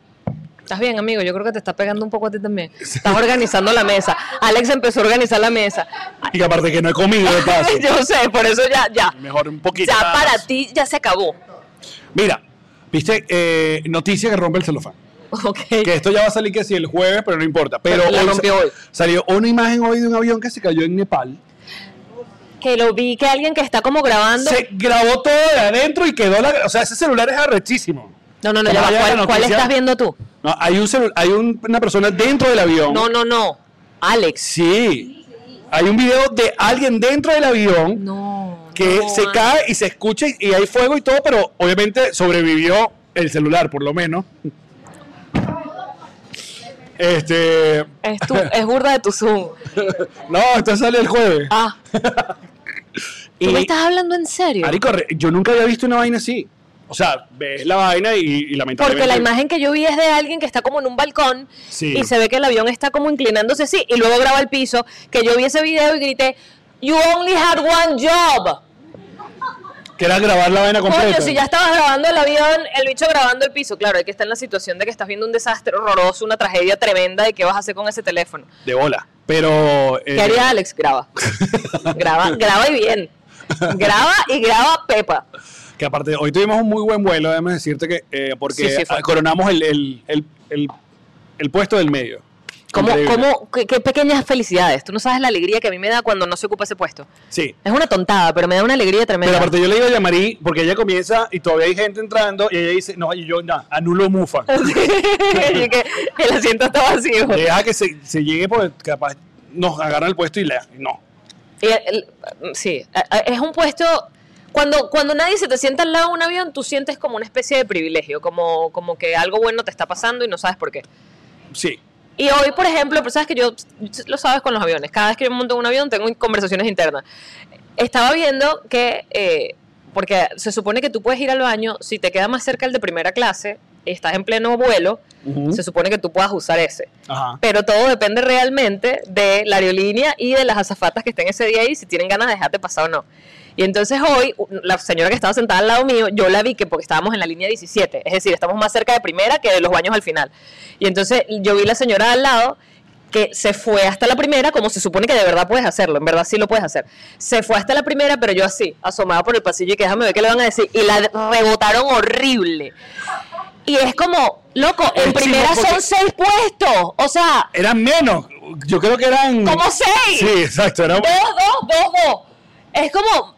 Speaker 2: Estás bien, amigo. Yo creo que te está pegando un poco a ti también. Estás organizando la mesa. Alex empezó a organizar la mesa.
Speaker 1: y que aparte que no he comido de paso.
Speaker 2: Yo sé, por eso ya, ya.
Speaker 1: Mejor un poquito.
Speaker 2: Ya
Speaker 1: nada más.
Speaker 2: para ti ya se acabó.
Speaker 1: Mira, viste, eh, noticia que rompe el celofán.
Speaker 2: Ok.
Speaker 1: Que esto ya va a salir que sí el jueves, pero no importa. Pero
Speaker 2: La
Speaker 1: hoy
Speaker 2: rompió
Speaker 1: sa-
Speaker 2: hoy.
Speaker 1: Salió una imagen hoy de un avión que se cayó en Nepal.
Speaker 2: Que lo vi, que alguien que está como grabando.
Speaker 1: Se grabó todo de adentro y quedó la. O sea, ese celular es arrechísimo.
Speaker 2: No, no, no, ya
Speaker 1: Más
Speaker 2: va.
Speaker 1: allá de la
Speaker 2: ¿Cuál, cuál
Speaker 1: noticia-
Speaker 2: estás viendo tú?
Speaker 1: No, hay un celu- hay un- una persona dentro del avión.
Speaker 2: No, no, no. Alex.
Speaker 1: Sí. Hay un video de alguien dentro del avión
Speaker 2: No.
Speaker 1: que
Speaker 2: no,
Speaker 1: se
Speaker 2: Alex.
Speaker 1: cae y se escucha y, y hay fuego y todo, pero obviamente sobrevivió el celular, por lo menos. Este.
Speaker 2: Es, tu, es burda de tu Zoom.
Speaker 1: No, esto sale el jueves.
Speaker 2: Ah. ¿Tú
Speaker 1: Y-
Speaker 2: me estás hablando en serio?
Speaker 1: Marico, re- yo nunca había visto una vaina así. O sea, ves la vaina y, y lamentablemente.
Speaker 2: Porque la imagen que yo vi es de alguien que está como en un balcón
Speaker 1: Sí.
Speaker 2: y se ve que el avión está como inclinándose así y luego graba el piso, que yo vi ese video y grité, You only had one job.
Speaker 1: Que era grabar la vaina completa.
Speaker 2: Coño, si ya estabas grabando el avión, el bicho grabando el piso, claro, hay que estar en la situación de que estás viendo un desastre horroroso, una tragedia tremenda de qué vas a hacer con ese teléfono.
Speaker 1: De bola. Pero. eh,
Speaker 2: ¿Qué haría Alex? Graba. graba, graba y bien. Graba y graba Pepa.
Speaker 1: Que aparte, hoy tuvimos un muy buen vuelo, déjame decirte que, eh, porque
Speaker 2: Sí, sí, fue.
Speaker 1: coronamos el, el, el, el- el puesto del medio.
Speaker 2: ¿Cómo,
Speaker 1: Increíble.
Speaker 2: cómo, qué, qué pequeñas felicidades. Tú no sabes la alegría que a mí me da cuando no se ocupa ese puesto.
Speaker 1: Sí.
Speaker 2: Es una tontada, pero me da una alegría
Speaker 1: Pero
Speaker 2: tremenda.
Speaker 1: aparte yo le digo a Yamari, porque ella comienza y todavía hay gente entrando y ella dice, no, y yo nada, anulo mufa.
Speaker 2: Así que el asiento está vacío.
Speaker 1: Deja que se, se llegue porque capaz nos agarran el puesto y la... No.
Speaker 2: Y el- el- sí, a- a- es un puesto. Cuando, cuando nadie se te sienta al lado de un avión, tú sientes como una especie de privilegio, como, como que algo bueno te está pasando y no sabes por qué.
Speaker 1: Sí.
Speaker 2: Y hoy, por ejemplo, pues, sabes que yo lo sabes con los aviones. Cada vez que yo monto en un avión tengo conversaciones internas. Estaba viendo que, eh, porque se supone que tú puedes ir al baño, si te queda más cerca el de primera clase, estás en pleno vuelo, se supone que tú puedas usar ese.
Speaker 1: Ajá.
Speaker 2: Pero todo depende realmente de la aerolínea y de las azafatas que estén ese día ahí, si tienen ganas de dejarte pasar o no. Y entonces hoy, u- la señora que estaba sentada al lado mío, yo la vi que porque estábamos en la línea 17, es decir, estamos más cerca de primera que de los baños al final. Y entonces yo vi la señora al lado que se fue hasta la primera, como se supone que de verdad puedes hacerlo, en verdad sí lo puedes hacer. Se fue hasta la primera, pero yo así, asomada por el pasillo y que déjame ver qué le van a decir. Y la rebotaron horrible. Y es como, loco, en
Speaker 1: Es chivo,
Speaker 2: primera son
Speaker 1: porque-
Speaker 2: seis puestos. O sea,
Speaker 1: Eran menos. Yo creo que eran...
Speaker 2: como seis.
Speaker 1: Sí, exacto. Era...
Speaker 2: Dos, dos, dos, dos. Es como,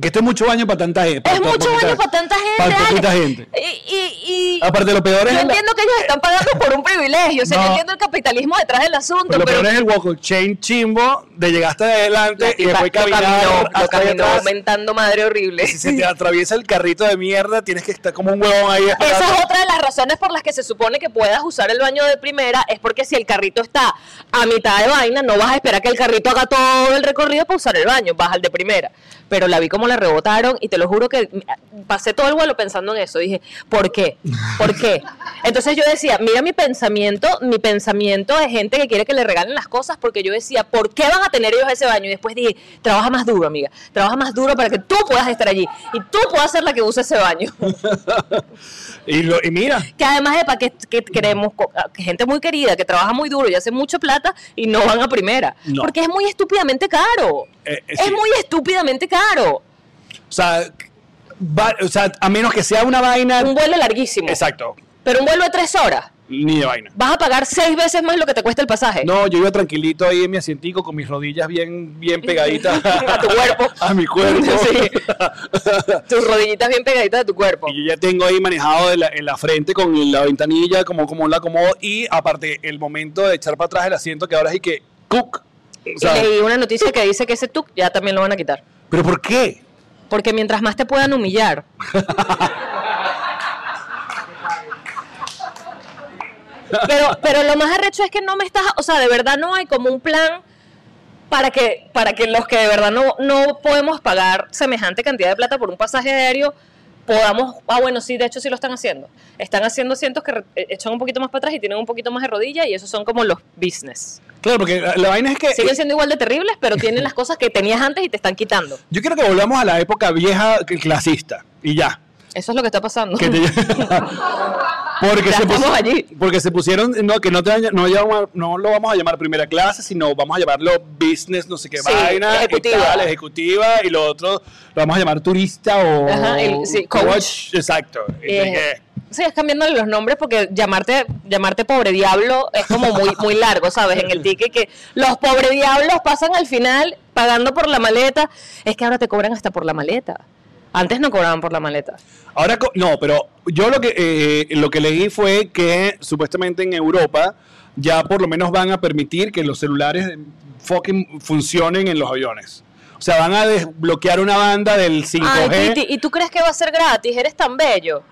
Speaker 1: Que esto es mucho baño para tanta gente.
Speaker 2: es mucho bueno para tanta gente.
Speaker 1: Para
Speaker 2: Alex.
Speaker 1: poquita gente. Ah,
Speaker 2: Y, y, y,
Speaker 1: Aparte, lo peor es.
Speaker 2: Yo
Speaker 1: la-
Speaker 2: entiendo que ellos están pagando por un privilegio, o sea,
Speaker 1: No.
Speaker 2: yo entiendo el capitalismo detrás del asunto,
Speaker 1: Pero lo
Speaker 2: pero
Speaker 1: peor es el walk of shame chimbo de llegaste adelante y después caminar
Speaker 2: caminó,
Speaker 1: hasta
Speaker 2: lo caminó
Speaker 1: detrás.
Speaker 2: aumentando madre horrible.
Speaker 1: Si se te atraviesa el carrito de mierda, tienes que estar como un huevón ahí
Speaker 2: Esa
Speaker 1: esperando.
Speaker 2: es otra de las razones por las que se supone que puedas usar el baño de primera, es porque si el carrito está a mitad de vaina, no vas a esperar que el carrito haga todo el recorrido para usar el baño, vas al de primera. Pero la vi como la rebotaron y te lo juro que mm, pasé todo el vuelo pensando en eso. Dije, ¿por qué? ¿Por qué? Entonces yo decía, mira mi pensamiento, mi pensamiento de gente que quiere que le regalen las cosas, porque yo decía, ¿por qué van a tener ellos ese baño? Y después dije, trabaja más duro, amiga, trabaja más duro para que tú puedas estar allí y tú puedas ser la que use ese baño.
Speaker 1: Y, lo- y mira,
Speaker 2: Que además de para que, que queremos co- a- gente muy querida, que trabaja muy duro y hace mucha plata y no van a primera.
Speaker 1: No.
Speaker 2: Porque es muy estúpidamente caro.
Speaker 1: Eh, eh,
Speaker 2: es
Speaker 1: sí.
Speaker 2: muy estúpidamente caro.
Speaker 1: o sea, va- o sea, a menos que sea una vaina.
Speaker 2: Un vuelo larguísimo.
Speaker 1: Exacto,
Speaker 2: Pero un vuelo de tres horas.
Speaker 1: ni de vaina.
Speaker 2: Vas a pagar seis veces más lo que te cuesta el pasaje.
Speaker 1: No, yo iba tranquilito ahí en mi asientico con mis rodillas bien, bien pegaditas
Speaker 2: A tu cuerpo.
Speaker 1: a mi cuerpo.
Speaker 2: Sí. Tus rodillitas bien pegaditas de tu cuerpo.
Speaker 1: Y yo ya tengo ahí manejado en la, en la frente con la ventanilla, como, como la acomodo. Y aparte, el momento de echar para atrás el asiento que ahora es y que, cook. O
Speaker 2: Y
Speaker 1: sea,
Speaker 2: leí una noticia que dice que ese tuk ya también lo van a quitar.
Speaker 1: ¿Pero por qué?
Speaker 2: Porque mientras más te puedan humillar. Pero, pero lo más arrecho es que no me estás, o sea, de verdad no hay como un plan para que, para que los que de verdad no, no podemos pagar semejante cantidad de plata por un pasaje aéreo, podamos, ah bueno, sí, de hecho sí lo están haciendo. Están haciendo asientos que re- eh, echan un poquito más para atrás y tienen un poquito más de rodilla y esos son como los business.
Speaker 1: Claro, porque la, la vaina es que.
Speaker 2: Siguen siendo igual de terribles, pero tienen las cosas que tenías antes y te están quitando.
Speaker 1: Yo quiero que volvamos a la época vieja cl- clasista. Y ya.
Speaker 2: Eso es lo que está pasando.
Speaker 1: Que te- porque,
Speaker 2: Ya
Speaker 1: se
Speaker 2: estamos
Speaker 1: pusi-
Speaker 2: allí.
Speaker 1: porque se pusieron, no, que no, te, vaya- no, llama- no lo vamos a llamar primera clase, sino vamos a llamarlo business, no sé qué
Speaker 2: Sí,
Speaker 1: vaina, y
Speaker 2: ejecutiva.
Speaker 1: tal, ejecutiva, y lo otro lo vamos a llamar turista o
Speaker 2: Ajá, el- sí, coach.
Speaker 1: Exacto. Y
Speaker 2: Eh,
Speaker 1: dije,
Speaker 2: Sí, es cambiándole los nombres porque llamarte, llamarte pobre diablo es como muy, muy largo, ¿sabes? En el ticket que los pobre diablos pasan al final pagando por la maleta. Es que ahora te cobran hasta por la maleta. Antes no cobraban por la maleta.
Speaker 1: Ahora, co- no, pero yo lo que, eh, lo que leí fue que supuestamente en Europa ya por lo menos van a permitir que los celulares fucking funcionen en los aviones. O sea, van a desbloquear una banda del 5G.
Speaker 2: Ay, Titi, ¿y tú crees que va a ser gratis? Eres tan bello.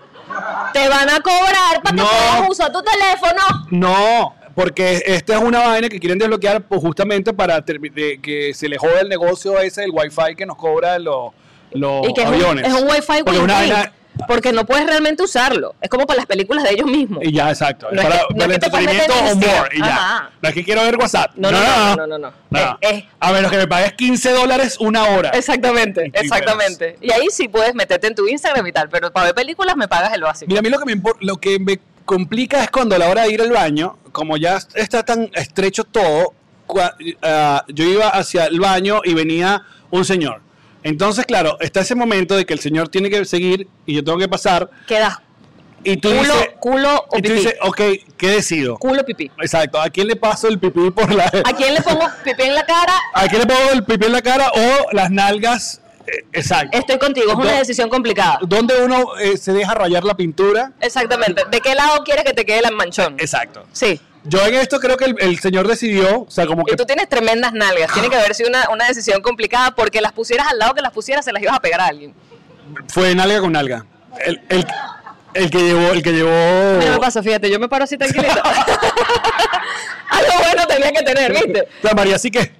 Speaker 2: Te van a cobrar para que
Speaker 1: No.
Speaker 2: puedas usar tu teléfono.
Speaker 1: No, porque esta es una vaina que quieren desbloquear pues, justamente para termi- de que se le joda el negocio ese del wifi que nos cobra los, los
Speaker 2: y que es un-
Speaker 1: aviones.
Speaker 2: es un, wifi
Speaker 1: Porque una
Speaker 2: win-win,
Speaker 1: vaina-
Speaker 2: Porque no puedes realmente usarlo. Es como para las películas de ellos mismos.
Speaker 1: y ya, exacto.
Speaker 2: No es
Speaker 1: para
Speaker 2: que- no
Speaker 1: para
Speaker 2: es que
Speaker 1: el
Speaker 2: te puedes meter
Speaker 1: entretenimiento o
Speaker 2: en el
Speaker 1: more. Y ya.
Speaker 2: Ajá.
Speaker 1: No es que quiero ver WhatsApp.
Speaker 2: No, no, no, no, no, no, no.
Speaker 1: No.
Speaker 2: Es- es-
Speaker 1: A menos que me pagues 15 dólares una hora.
Speaker 2: Exactamente,
Speaker 1: Y tú
Speaker 2: exactamente. Y ahí sí puedes meterte en tu Instagram y tal, pero para ver películas me pagas el básico.
Speaker 1: Mira, a mí lo que, me, impor- lo que me complica es cuando a la hora de ir al baño, como ya está tan estrecho todo, cua- ah, yo iba hacia el baño y venía un señor. Entonces, claro, está ese momento de que el señor tiene que seguir y yo tengo que pasar.
Speaker 2: Quedas
Speaker 1: Y tú
Speaker 2: culo,
Speaker 1: dices,
Speaker 2: culo o
Speaker 1: y tú
Speaker 2: pipí.
Speaker 1: dices, ok, ¿qué decido?
Speaker 2: Culo, pipí.
Speaker 1: Exacto, ¿a quién le paso el pipí por la...
Speaker 2: ¿A quién le pongo pipí en la cara?
Speaker 1: ¿A quién le pongo el pipí en la cara o las nalgas? Eh, Exacto.
Speaker 2: Estoy contigo, es una
Speaker 1: Do-
Speaker 2: decisión complicada.
Speaker 1: ¿Dónde uno eh, se deja rayar la pintura?
Speaker 2: Exactamente. ¿De qué lado quieres que te quede el manchón?
Speaker 1: Exacto.
Speaker 2: Sí.
Speaker 1: Yo en esto creo que el, el señor decidió, o sea, como que
Speaker 2: Y tú tienes tremendas nalgas. Tiene que haber sido una, una decisión complicada porque las pusieras al lado que las pusieras se las ibas a pegar a alguien.
Speaker 1: fue nalga con nalga. El, el- el que llevó, el que
Speaker 2: A mí no me
Speaker 1: llevó.
Speaker 2: pasa, fíjate, yo me paro así tranquilita. Algo bueno tenía que tener, ¿viste?
Speaker 1: La María, así que.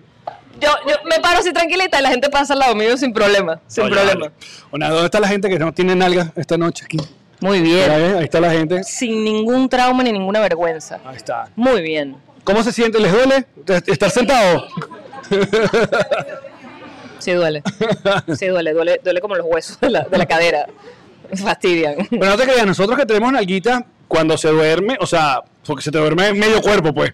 Speaker 2: Yo, yo me paro así tranquilita y la gente pasa al lado mío sin problema, sin
Speaker 1: Oye,
Speaker 2: problema.
Speaker 1: vale. Bueno, ¿dónde está la gente que no tiene nalga esta noche aquí?
Speaker 2: Muy
Speaker 1: Mira,
Speaker 2: bien.
Speaker 1: ¿eh? Ahí está la gente.
Speaker 2: Sin ningún trauma ni ninguna vergüenza.
Speaker 1: Ahí está.
Speaker 2: Muy bien.
Speaker 1: ¿Cómo se siente? ¿Les duele? ¿Est- ¿Estar sentado?
Speaker 2: Sí duele. Sí duele, duele, duele como los huesos de la, de la cadera. Fastidian.
Speaker 1: Pero no te creas, nosotros que tenemos nalguita, cuando se duerme, o sea, porque se te duerme medio cuerpo, pues.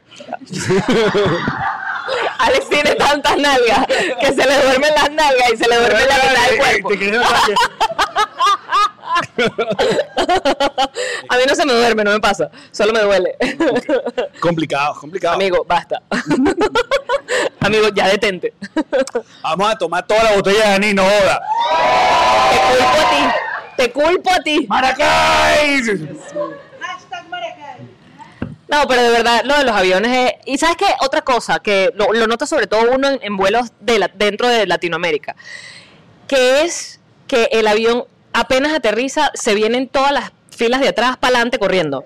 Speaker 2: Alex tiene tantas nalgas que se le duermen las nalgas y se le duerme la mitad del cuerpo.
Speaker 1: Eh, Te quedas así.
Speaker 2: A mí no se me duerme, no me pasa. Solo me duele.
Speaker 1: complicado, complicado.
Speaker 2: Amigo, basta. Amigo, ya detente. Te
Speaker 1: Vamos a tomar toda la botella de Dani, no joda.
Speaker 2: culpo a ti. Te culpo a ti.
Speaker 1: ¡Maracay!
Speaker 3: Hashtag Maracay.
Speaker 2: No, pero de verdad, lo de los aviones es... Y sabes qué, otra cosa, que lo, lo nota sobre todo uno en, en vuelos de la- dentro de Latinoamérica, que es que el avión apenas aterriza, se vienen todas las filas de atrás para adelante corriendo.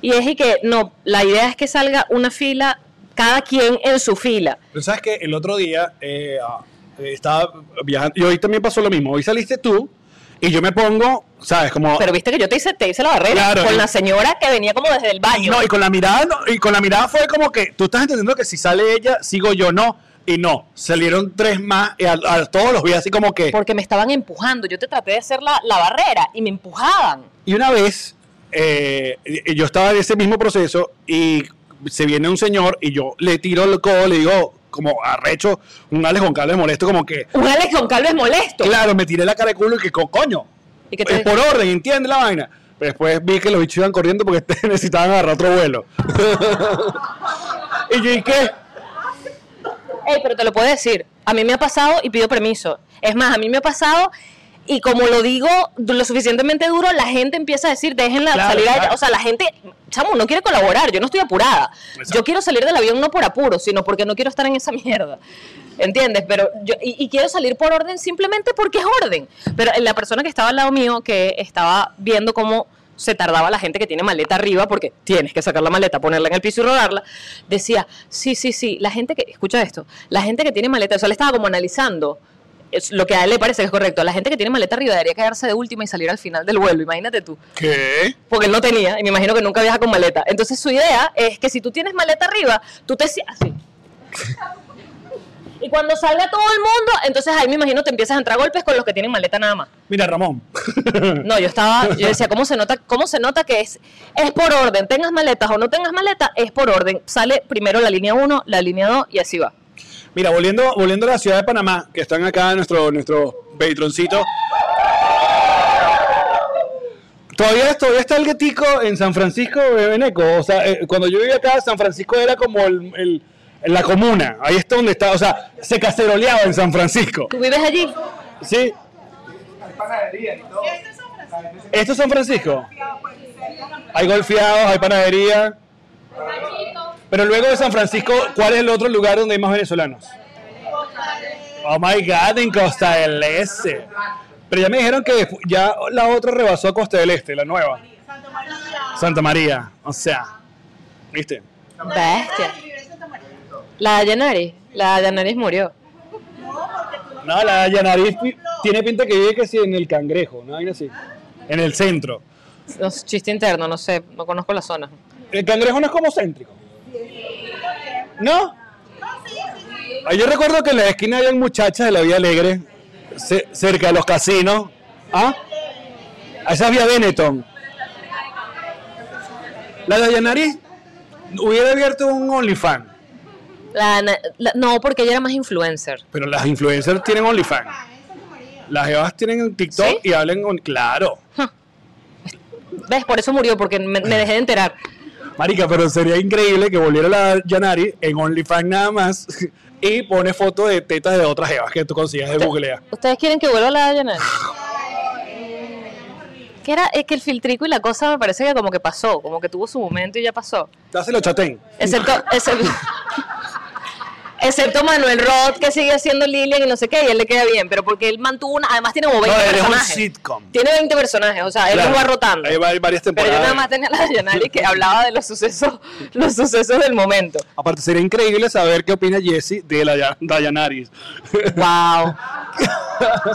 Speaker 2: Y es y que, no, la idea es que salga una fila, cada quien en su fila.
Speaker 1: Pero sabes que el otro día eh, ah, eh, estaba viajando y hoy también pasó lo mismo. Hoy saliste tú y yo me pongo, ¿sabes? Como.
Speaker 2: Pero viste que yo te hice, te hice la barrera
Speaker 1: Claro,
Speaker 2: con
Speaker 1: y-
Speaker 2: la señora que venía como desde el baño.
Speaker 1: no, y con la mirada, no, y con la mirada fue como que tú estás entendiendo que si sale ella, sigo yo, no. Y no, salieron tres más y a, a todos los vi así como que.
Speaker 2: porque me estaban empujando. Yo te traté de hacer la, la barrera y me empujaban.
Speaker 1: Y una vez, eh, y- y yo estaba en ese mismo proceso y se viene un señor y yo le tiro el codo, le digo, como arrecho, un Alex con Carlos molesto, como que,
Speaker 2: Un Alex Goncalves molesto.
Speaker 1: claro, me tiré la cara de culo y que, co- coño,
Speaker 2: Y que te-
Speaker 1: es por orden, entiende la vaina. Pero después vi que los bichos iban corriendo porque este necesitaban agarrar otro vuelo. y yo, ¿y qué?
Speaker 2: Ey, pero te lo puedo decir. A mí me ha pasado y pido permiso. Es más, a mí me ha pasado y como lo digo du- lo suficientemente duro, la gente empieza a decir, déjenla
Speaker 1: Claro,
Speaker 2: salir a ella".
Speaker 1: claro.
Speaker 2: O sea, la gente, chamo, no quiere colaborar. Yo no estoy apurada. Yo quiero salir del avión no por apuro, sino porque no quiero estar en esa mierda. ¿Entiendes? Pero yo, y, y quiero salir por orden simplemente porque es orden. Pero la persona que estaba al lado mío, que estaba viendo cómo se tardaba la gente que tiene maleta arriba, porque tienes que sacar la maleta, ponerla en el piso y rodarla, decía, sí, sí, sí, la gente que, escucha esto, la gente que tiene maleta, o sea, le estaba como analizando es lo que a él le parece que es correcto, la gente que tiene maleta arriba debería quedarse de última y salir al final del vuelo, imagínate tú
Speaker 1: ¿Qué?
Speaker 2: porque él no tenía, y me imagino que nunca viaja con maleta. Entonces su idea es que si tú tienes maleta arriba, tú te si- así. Y cuando salga todo el mundo, entonces ahí me imagino te empiezas a entrar a golpes con los que tienen maleta nada más.
Speaker 1: Mira, Ramón.
Speaker 2: No, yo estaba, yo decía, ¿cómo se nota, cómo se nota que es, es por orden? Tengas maletas o no tengas maleta, es por orden. Sale primero la línea 1, la línea 2 y así va.
Speaker 1: Mira, volviendo, volviendo a la ciudad de Panamá, que están acá nuestro, nuestro patroncito. Todavía, todavía está el guetico en San Francisco de Beneco. O sea, eh, cuando yo vivía acá, San Francisco era como el, el- la comuna. Ahí está donde está. O sea, se caceroleaba en San Francisco.
Speaker 2: ¿Tú vives allí?
Speaker 1: ¿Sí? ¿Esto es San Francisco? Hay golfeados, hay panadería. Pero luego de San Francisco, ¿cuál es el otro lugar donde hay más venezolanos? Oh my God, en Costa del Este. Pero ya me dijeron que despu- ya la otra rebasó a Costa del Este, la nueva.
Speaker 3: Santa María.
Speaker 1: Santa María. O sea, ¿viste?
Speaker 2: Bestia.
Speaker 3: Ay, vive en Santa María.
Speaker 2: La Yanaris, la Yanaris murió.
Speaker 1: No, la Yanariz pi- tiene pinta que vive que sí en el cangrejo, ¿no? Ahí así. En el centro.
Speaker 2: No, chiste interno, no sé, no conozco la zona.
Speaker 1: El cangrejo no es como céntrico. ¿No? Ah, Yo recuerdo que en la esquina había muchachas de la Vía Alegre, ce- cerca de los casinos. ¿Ah? Ah, Esa es Vía Benetton. La de Yanari hubiera abierto un OnlyFans,
Speaker 2: La Ana- la- no, porque ella era más influencer.
Speaker 1: pero las influencers tienen OnlyFans. Las evas tienen TikTok
Speaker 2: ¿Sí?
Speaker 1: y hablan con... Claro.
Speaker 2: ¿Ves? Por eso murió, porque me, me dejé de enterar.
Speaker 1: Marica, pero sería increíble que volviera la Yanari en OnlyFans nada más y pone fotos de tetas de otras evas que tú consigas de googlea.
Speaker 2: ¿Ustedes quieren que vuelva la Dayanara? Que era, es que el filtrico y la cosa me parece que como que pasó, como que tuvo su momento y ya pasó.
Speaker 1: Dáselo chatén.
Speaker 2: Excepto, excepto, excepto Manuel Roth, que sigue haciendo Lilian y no sé qué, y él le queda bien, pero porque él mantuvo una, además tiene como 20
Speaker 1: No, él es un
Speaker 2: personajes.
Speaker 1: sitcom.
Speaker 2: Tiene 20 personajes, o sea, él
Speaker 1: Claro.
Speaker 2: los va rotando.
Speaker 1: Ahí va- hay varias
Speaker 2: Pero
Speaker 1: temporadas.
Speaker 2: yo nada más tenía la Dayanari que hablaba de los sucesos, los sucesos del momento.
Speaker 1: Aparte, sería increíble saber qué opina Jesse de la Ya- Dayanaris.
Speaker 2: Wow.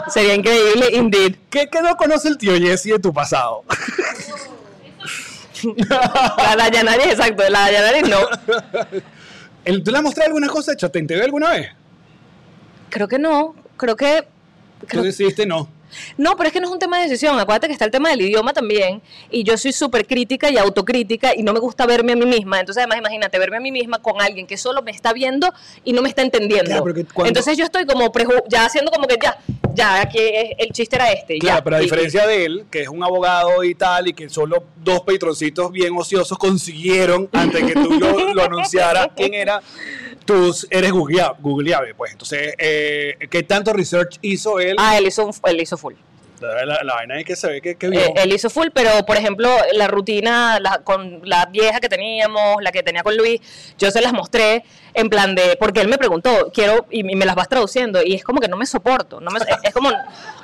Speaker 2: Sería increíble, indeed.
Speaker 1: ¿Qué, qué no conoce el tío Jesse de tu pasado?
Speaker 2: La Dayanari, exacto, la Dayanari no.
Speaker 1: El- ¿Tú le has mostrado alguna cosa de Chatén? ¿Te veo alguna vez?
Speaker 2: Creo que no, creo que...
Speaker 1: Tú
Speaker 2: creo-
Speaker 1: decidiste no.
Speaker 2: no, pero es que no es un tema de decisión. Acuérdate que está el tema del idioma también. Y yo soy súper crítica y autocrítica y no me gusta verme a mí misma. Entonces, además, imagínate verme a mí misma con alguien que solo me está viendo y no me está entendiendo.
Speaker 1: Claro, pero que cuando-
Speaker 2: Entonces, yo estoy como preju- ya haciendo como que ya, ya, aquí es- el chiste era este. y
Speaker 1: Claro,
Speaker 2: ya.
Speaker 1: pero a
Speaker 2: Y-
Speaker 1: diferencia de él, que es un abogado y tal, y que solo dos patroncitos bien ociosos consiguieron antes que tú lo, lo anunciaras quién era, tú eres googlea- googleable. Pues entonces, eh, ¿qué tanto research hizo él?
Speaker 2: Ah, él hizo, un- él hizo full.
Speaker 1: La, la vaina es que se ve que, que vio.
Speaker 2: Eh, él hizo full, pero por ejemplo, la rutina la- con la vieja que teníamos, la que tenía con Luis, yo se las mostré en plan de, porque él me preguntó, quiero, y, y me las vas traduciendo, y es como que no me soporto, no me- es, es como,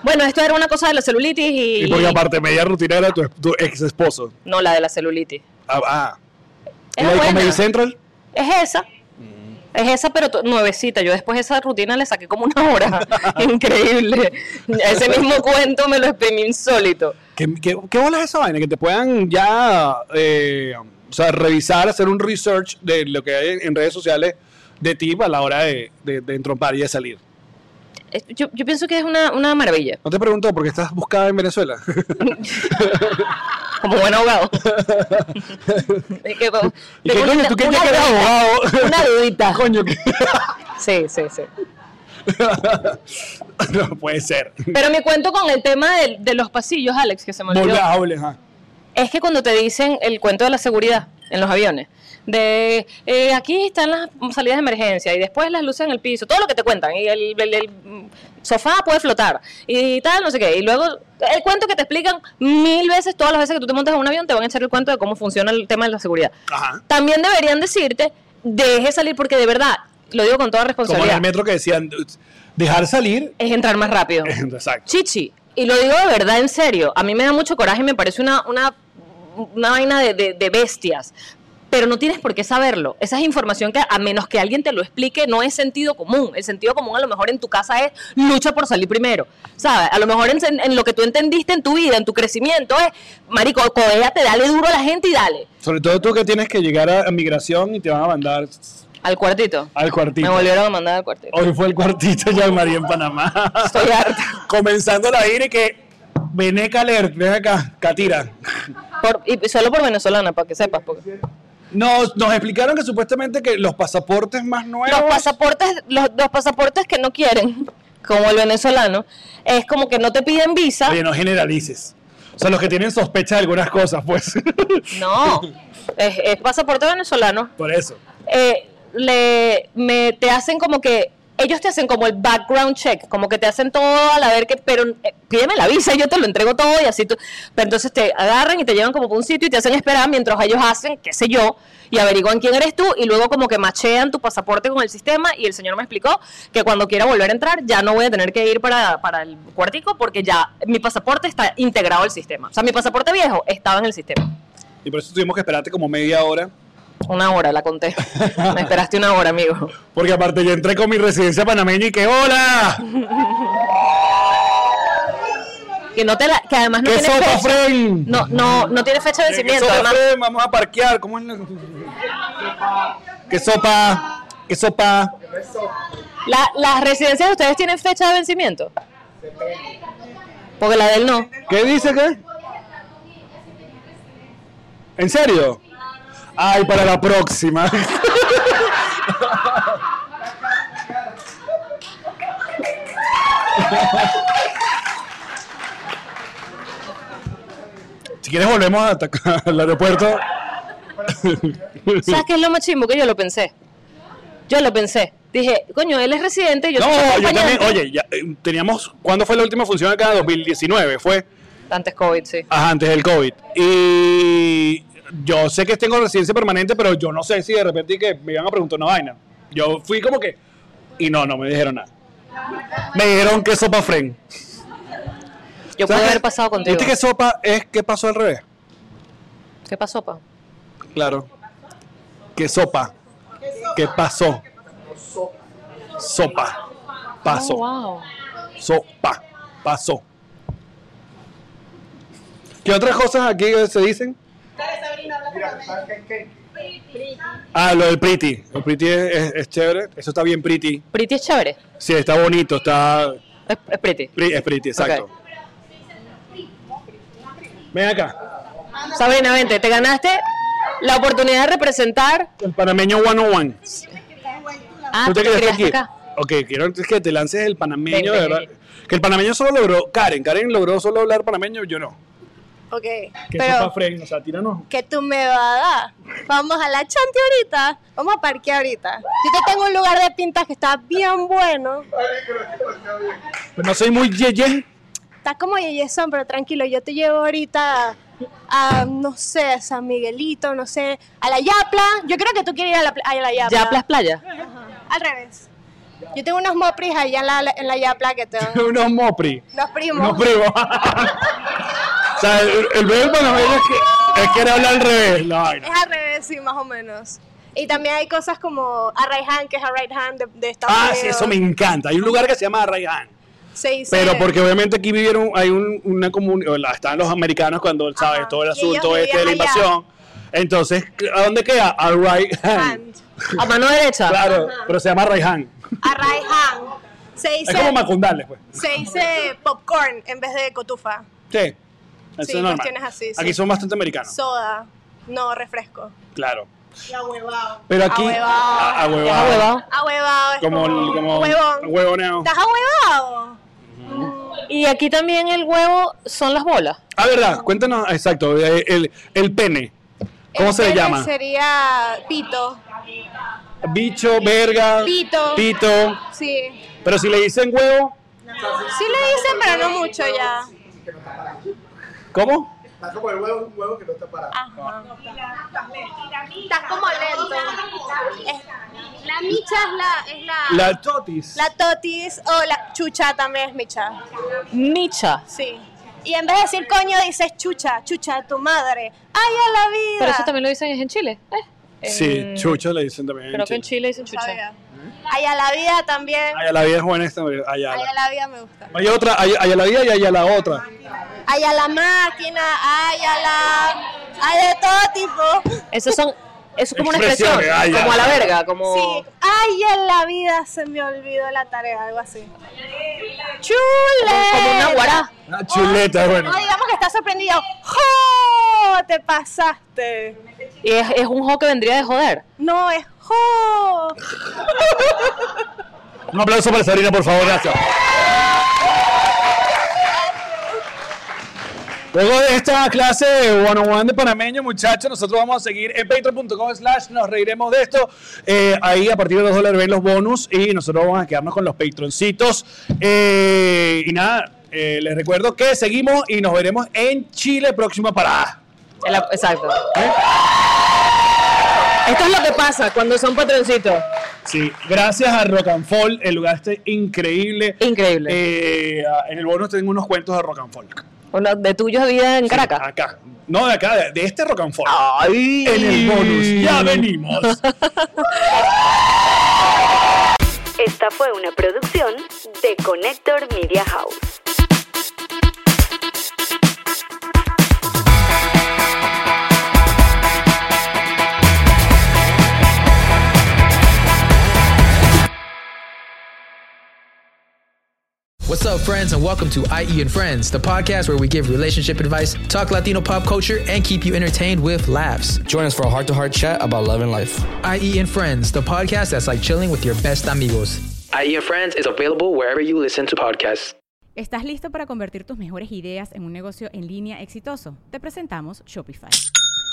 Speaker 2: bueno, esto era una cosa de la celulitis y...
Speaker 1: y porque aparte, media rutina era tu, tu ex esposo.
Speaker 2: No, la de la celulitis.
Speaker 1: Ah, ah. ¿Y
Speaker 2: Es
Speaker 1: la de
Speaker 2: buena.
Speaker 1: Comedy Central?
Speaker 2: Es esa. Es esa, pero to- nuevecita. Yo después esa rutina le saqué como una hora. Increíble. Ese mismo cuento me lo exprimí insólito.
Speaker 1: ¿Qué, qué, qué bola es esa vaina? Que te puedan ya eh, o sea, revisar, hacer un research de lo que hay en- en redes sociales de ti a la hora de, de, de entrompar y de salir.
Speaker 2: Es- Yo, yo pienso que es una, una maravilla.
Speaker 1: No te pregunto porque estás buscada en Venezuela.
Speaker 2: Como buen abogado. Es que, como-
Speaker 1: ¿Y qué
Speaker 2: tengo
Speaker 1: coño?
Speaker 2: una-
Speaker 1: ¿Tú qué
Speaker 2: una
Speaker 1: ya que eres
Speaker 2: dudita,
Speaker 1: abogado?
Speaker 2: Una dudita.
Speaker 1: coño, que...
Speaker 2: Sí, sí, sí.
Speaker 1: no puede ser.
Speaker 2: Pero mi cuento con el tema de, de los pasillos, Alex, que se me olvidó.
Speaker 1: Volve a Oble, ajá.
Speaker 2: Es que cuando te dicen el cuento de la seguridad en los aviones, de eh, aquí están las salidas de emergencia y después las luces en el piso, todo lo que te cuentan, y el, el- el sofá puede flotar y tal, no sé qué, y luego el cuento que te explican mil veces, todas las veces que tú te montas en un avión, te van a echar el cuento de cómo funciona el tema de la seguridad.
Speaker 1: Ajá.
Speaker 2: También deberían decirte, deje salir porque de verdad, lo digo con toda
Speaker 1: Como en el
Speaker 2: responsabilidad,
Speaker 1: metro que decían, dejar salir.
Speaker 2: es entrar más rápido.
Speaker 1: Exacto.
Speaker 2: Chichi, y lo digo de verdad, en serio, a mí me da mucho coraje, me parece una, una, una vaina de, de- de bestias, pero no tienes por qué saberlo. Esa es información que, a menos que alguien te lo explique, no es sentido común. El sentido común a lo mejor en tu casa es lucha por salir primero, ¿sabes? A lo mejor en, en lo que tú entendiste en tu vida, en tu crecimiento, es, marico, codéate, dale duro a la gente y dale.
Speaker 1: Sobre todo tú que tienes que llegar a, a migración y te van a mandar
Speaker 2: Al cuartito.
Speaker 1: al
Speaker 2: Me
Speaker 1: cuartito.
Speaker 2: volvieron a mandar al cuartito.
Speaker 1: Hoy fue el cuartito ya María en Panamá.
Speaker 2: Estoy harta.
Speaker 1: Comenzando la gira y que Veneca Alert, ven acá, Catira.
Speaker 2: Por- y solo por venezolana, para que sepas. Porque...
Speaker 1: Nos, nos explicaron que supuestamente que los pasaportes más nuevos.
Speaker 2: los pasaportes, los, los pasaportes que no quieren, como el venezolano, es como que no te piden visa.
Speaker 1: Oye, no generalices. O sea, los que tienen sospecha de algunas cosas, pues.
Speaker 2: No, es, es pasaporte venezolano.
Speaker 1: Por eso.
Speaker 2: Eh, le, me, te hacen como que, ellos te hacen como el background check, como que te hacen todo a la ver que, pero eh, pídeme la visa, yo te lo entrego todo y así tú. Pero entonces te agarran y te llevan como por un sitio y te hacen esperar mientras ellos hacen, qué sé yo, y averiguan quién eres tú y luego como que machean tu pasaporte con el sistema y el señor me explicó que cuando quiera volver a entrar ya no voy a tener que ir para, para el cuartico porque ya mi pasaporte está integrado al sistema. O sea, mi pasaporte viejo estaba en el sistema.
Speaker 1: Y por eso tuvimos que esperarte como media hora.
Speaker 2: Una hora, la conté. Me esperaste una hora, amigo.
Speaker 1: Porque aparte yo entré con mi residencia panameña y que ¡Hola!
Speaker 2: Que, no te la- que además no
Speaker 1: ¡Qué
Speaker 2: tiene
Speaker 1: sopa,
Speaker 2: fecha.
Speaker 1: Fren!
Speaker 2: No, no, no tiene fecha de
Speaker 1: Que
Speaker 2: vencimiento.
Speaker 1: sopa,
Speaker 2: además.
Speaker 1: Fren, vamos a parquear. ¿Cómo es la... ¿Qué sopa? ¿Qué sopa?
Speaker 2: La- las residencias de ustedes tienen fecha de vencimiento. Porque la de él no.
Speaker 1: ¿Qué dice qué? ¿En serio? Ay, para la próxima. Si quieres volvemos a atacar al aeropuerto.
Speaker 2: ¿Sabes qué es lo más chimbo? Que yo lo pensé. Yo lo pensé. Dije, coño, él es residente, yo
Speaker 1: No,
Speaker 2: soy su
Speaker 1: yo
Speaker 2: acompañante.
Speaker 1: también, oye, ya, eh, teníamos, ¿cuándo fue la última función acá? 2019, fue.
Speaker 2: Antes COVID, sí.
Speaker 1: Ajá, antes del COVID. Y yo sé que tengo residencia permanente, pero yo no sé si de repente que me iban a preguntar una vaina. Yo fui como que. Y no, no me dijeron nada. Me dijeron que sopa fren.
Speaker 2: Yo pude haber pasado contigo.
Speaker 1: ¿Viste que sopa es que pasó al revés?
Speaker 2: ¿Qué pasó, pa?
Speaker 1: Claro. Que sopa. Que pasó. Sopa. Pasó.
Speaker 2: Oh, wow.
Speaker 1: Sopa. Pasó. ¿Qué otras cosas aquí se dicen?
Speaker 3: Dale, Sabrina, habla con la
Speaker 1: Ah, lo del pretty. El pretty es, es- es chévere. Eso está bien pretty.
Speaker 2: Pretty es chévere.
Speaker 1: Sí, está bonito, está...
Speaker 2: Es, es pretty.
Speaker 1: pri- Es pretty, exacto. Ven acá.
Speaker 2: Sabrina, vente, te ganaste la oportunidad de representar.
Speaker 1: El panameño 101.
Speaker 2: Ah, tú te
Speaker 1: quedaste
Speaker 2: criaste acá.
Speaker 1: Ok, quiero que te lances el panameño,
Speaker 2: Ven,
Speaker 1: de
Speaker 2: ven,
Speaker 1: verdad. Que el panameño solo logró... Karen, Karen logró solo hablar panameño, yo no.
Speaker 5: Ok,
Speaker 1: Que sopa
Speaker 5: pero
Speaker 1: fren, o sea, tíranos.
Speaker 5: que tú me vas a dar. Vamos a la chante ahorita. Vamos a parquear ahorita. Yo te tengo un lugar de pintas que está bien bueno.
Speaker 1: Pero no soy muy yeye.
Speaker 5: Estás como Yeyesón, pero tranquilo, yo te llevo ahorita a, no sé, a San Miguelito, no sé, a la Yapla. Yo creo que tú quieres ir a la, pla- a la Yapla.
Speaker 2: Yaplas Playa.
Speaker 5: Ajá. Al revés. Yo tengo unos mopris allá en la, en la Yapla que te
Speaker 1: Unos mopri.
Speaker 5: Los primos.
Speaker 1: Unos primos. o sea, el, el bebé panameño es que, es que era hablar al revés. La vaina.
Speaker 5: Es al revés, sí, más o menos. Y también hay cosas como a right hand, que es a right hand de, de Estados
Speaker 1: Ah,
Speaker 5: Unidos.
Speaker 1: sí, eso me encanta. Hay un lugar que se llama Rayhan.
Speaker 5: Se dice-
Speaker 1: Pero porque obviamente aquí vivieron, hay un- una comunidad, están los americanos cuando, ¿sabes? Todo el
Speaker 5: Y ellos
Speaker 1: asunto este de la
Speaker 5: vivían allá.
Speaker 1: invasión. Entonces, ¿a dónde queda? Al right hand.
Speaker 5: Hand.
Speaker 2: A mano derecha.
Speaker 1: Claro, pero se llama Rayhan.
Speaker 5: A right hand. Se
Speaker 1: Es como
Speaker 5: dice,
Speaker 1: Macundales, pues.
Speaker 5: se dice popcorn en vez de cotufa.
Speaker 1: Sí. Eso
Speaker 5: Sí,
Speaker 1: es normal.
Speaker 5: cuestiones así, sí.
Speaker 1: Aquí son bastante americanos.
Speaker 5: Soda. No, refresco.
Speaker 1: claro.
Speaker 3: La huevada.
Speaker 1: Pero aquí.
Speaker 5: Ahuevado.
Speaker 1: A
Speaker 2: ¿Qué es huevado?
Speaker 5: Ahuevado. Es
Speaker 1: Como,
Speaker 5: como,
Speaker 1: el- como
Speaker 5: huevón.
Speaker 1: huevoneo.
Speaker 5: ¿Estás ahuevado?
Speaker 2: Y aquí también el huevo son las bolas.
Speaker 1: Ah, verdad, cuéntanos, exacto, eh, el, el pene. ¿Cómo
Speaker 5: El
Speaker 1: se le
Speaker 5: pene
Speaker 1: llama?
Speaker 5: Este Sería pito.
Speaker 1: Bicho, verga,
Speaker 5: Pito.
Speaker 1: pito.
Speaker 5: Sí.
Speaker 1: Pero si le dicen huevo,
Speaker 5: Sí le dicen, pero no mucho ya.
Speaker 1: ¿cómo?
Speaker 6: Está como el huevo, un huevo que no está parado.
Speaker 5: Estás como lento. Es- la micha es la, es la, Ah, la...
Speaker 1: La totis.
Speaker 5: totis o la chucha también es micha.
Speaker 2: Micha.
Speaker 5: Sí. Y en vez de decir coño, dices chucha, chucha de tu madre. ¡Ay, a la vida!
Speaker 2: Pero eso también lo dicen es en Chile. ¿eh?
Speaker 1: Sí,
Speaker 2: En-
Speaker 1: chucho le dicen también.
Speaker 2: Creo que en
Speaker 1: chucho.
Speaker 2: Chile dicen
Speaker 5: No
Speaker 2: chucha.
Speaker 5: sabía. Ay, a la vida también.
Speaker 1: Allá la vida es buena esta, allá.
Speaker 5: Ay, a la vida me gusta.
Speaker 1: Hay otra, allá, la vida y allá la otra.
Speaker 5: Ay, a la máquina, ay, a la... Hay de todo tipo.
Speaker 2: Eso son. Eso es como una expresión.
Speaker 1: Expresiones, ay, ah, ya.
Speaker 2: como a la verga. Como.
Speaker 5: Sí. Ay, a la vida se me olvidó la tarea, algo así. ¡Chule!
Speaker 2: Como una guará.
Speaker 1: Ah, chuleta, es bueno.
Speaker 5: No digamos que está sorprendido. ¡Jo! Te pasaste.
Speaker 2: Y es, es un juego que vendría de joder.
Speaker 5: No, es jo.
Speaker 1: Un aplauso para Sabrina, por favor, gracias. Luego de esta clase de one on one de panameño, muchachos, nosotros vamos a seguir en patreon.com slash, nos reiremos de esto. Eh, ahí a partir de 2 dólares ven los bonus y nosotros vamos a quedarnos con los patroncitos. Eh, y nada, eh, les recuerdo que seguimos y nos veremos en Chile, próxima parada.
Speaker 2: El ap- Exacto.
Speaker 1: ¿Eh?
Speaker 2: Esto es lo que pasa cuando son patroncitos.
Speaker 1: Sí, gracias a Rock and Folk, el lugar está increíble.
Speaker 2: Increíble.
Speaker 1: Eh, ah, en el bonus tengo unos cuentos de Rock and Folk.
Speaker 2: Uno de tuyos vida en Caracas.
Speaker 1: Acá. No, de acá, de, de este Rock and Folk.
Speaker 2: Ay.
Speaker 1: En el bonus. Ya venimos.
Speaker 7: Esta fue una producción de Connector Media House.
Speaker 8: What's up, friends, and welcome to IE and Friends, the podcast where we give relationship advice, talk Latino pop culture, and keep you entertained with laughs.
Speaker 9: Join us for a heart to heart chat about love and life.
Speaker 8: IE and Friends, the podcast that's like chilling with your best amigos.
Speaker 9: IE E and Friends is available wherever you listen to podcasts.
Speaker 10: ¿Estás listo para convertir tus mejores ideas en un negocio en línea exitoso? Te presentamos Shopify.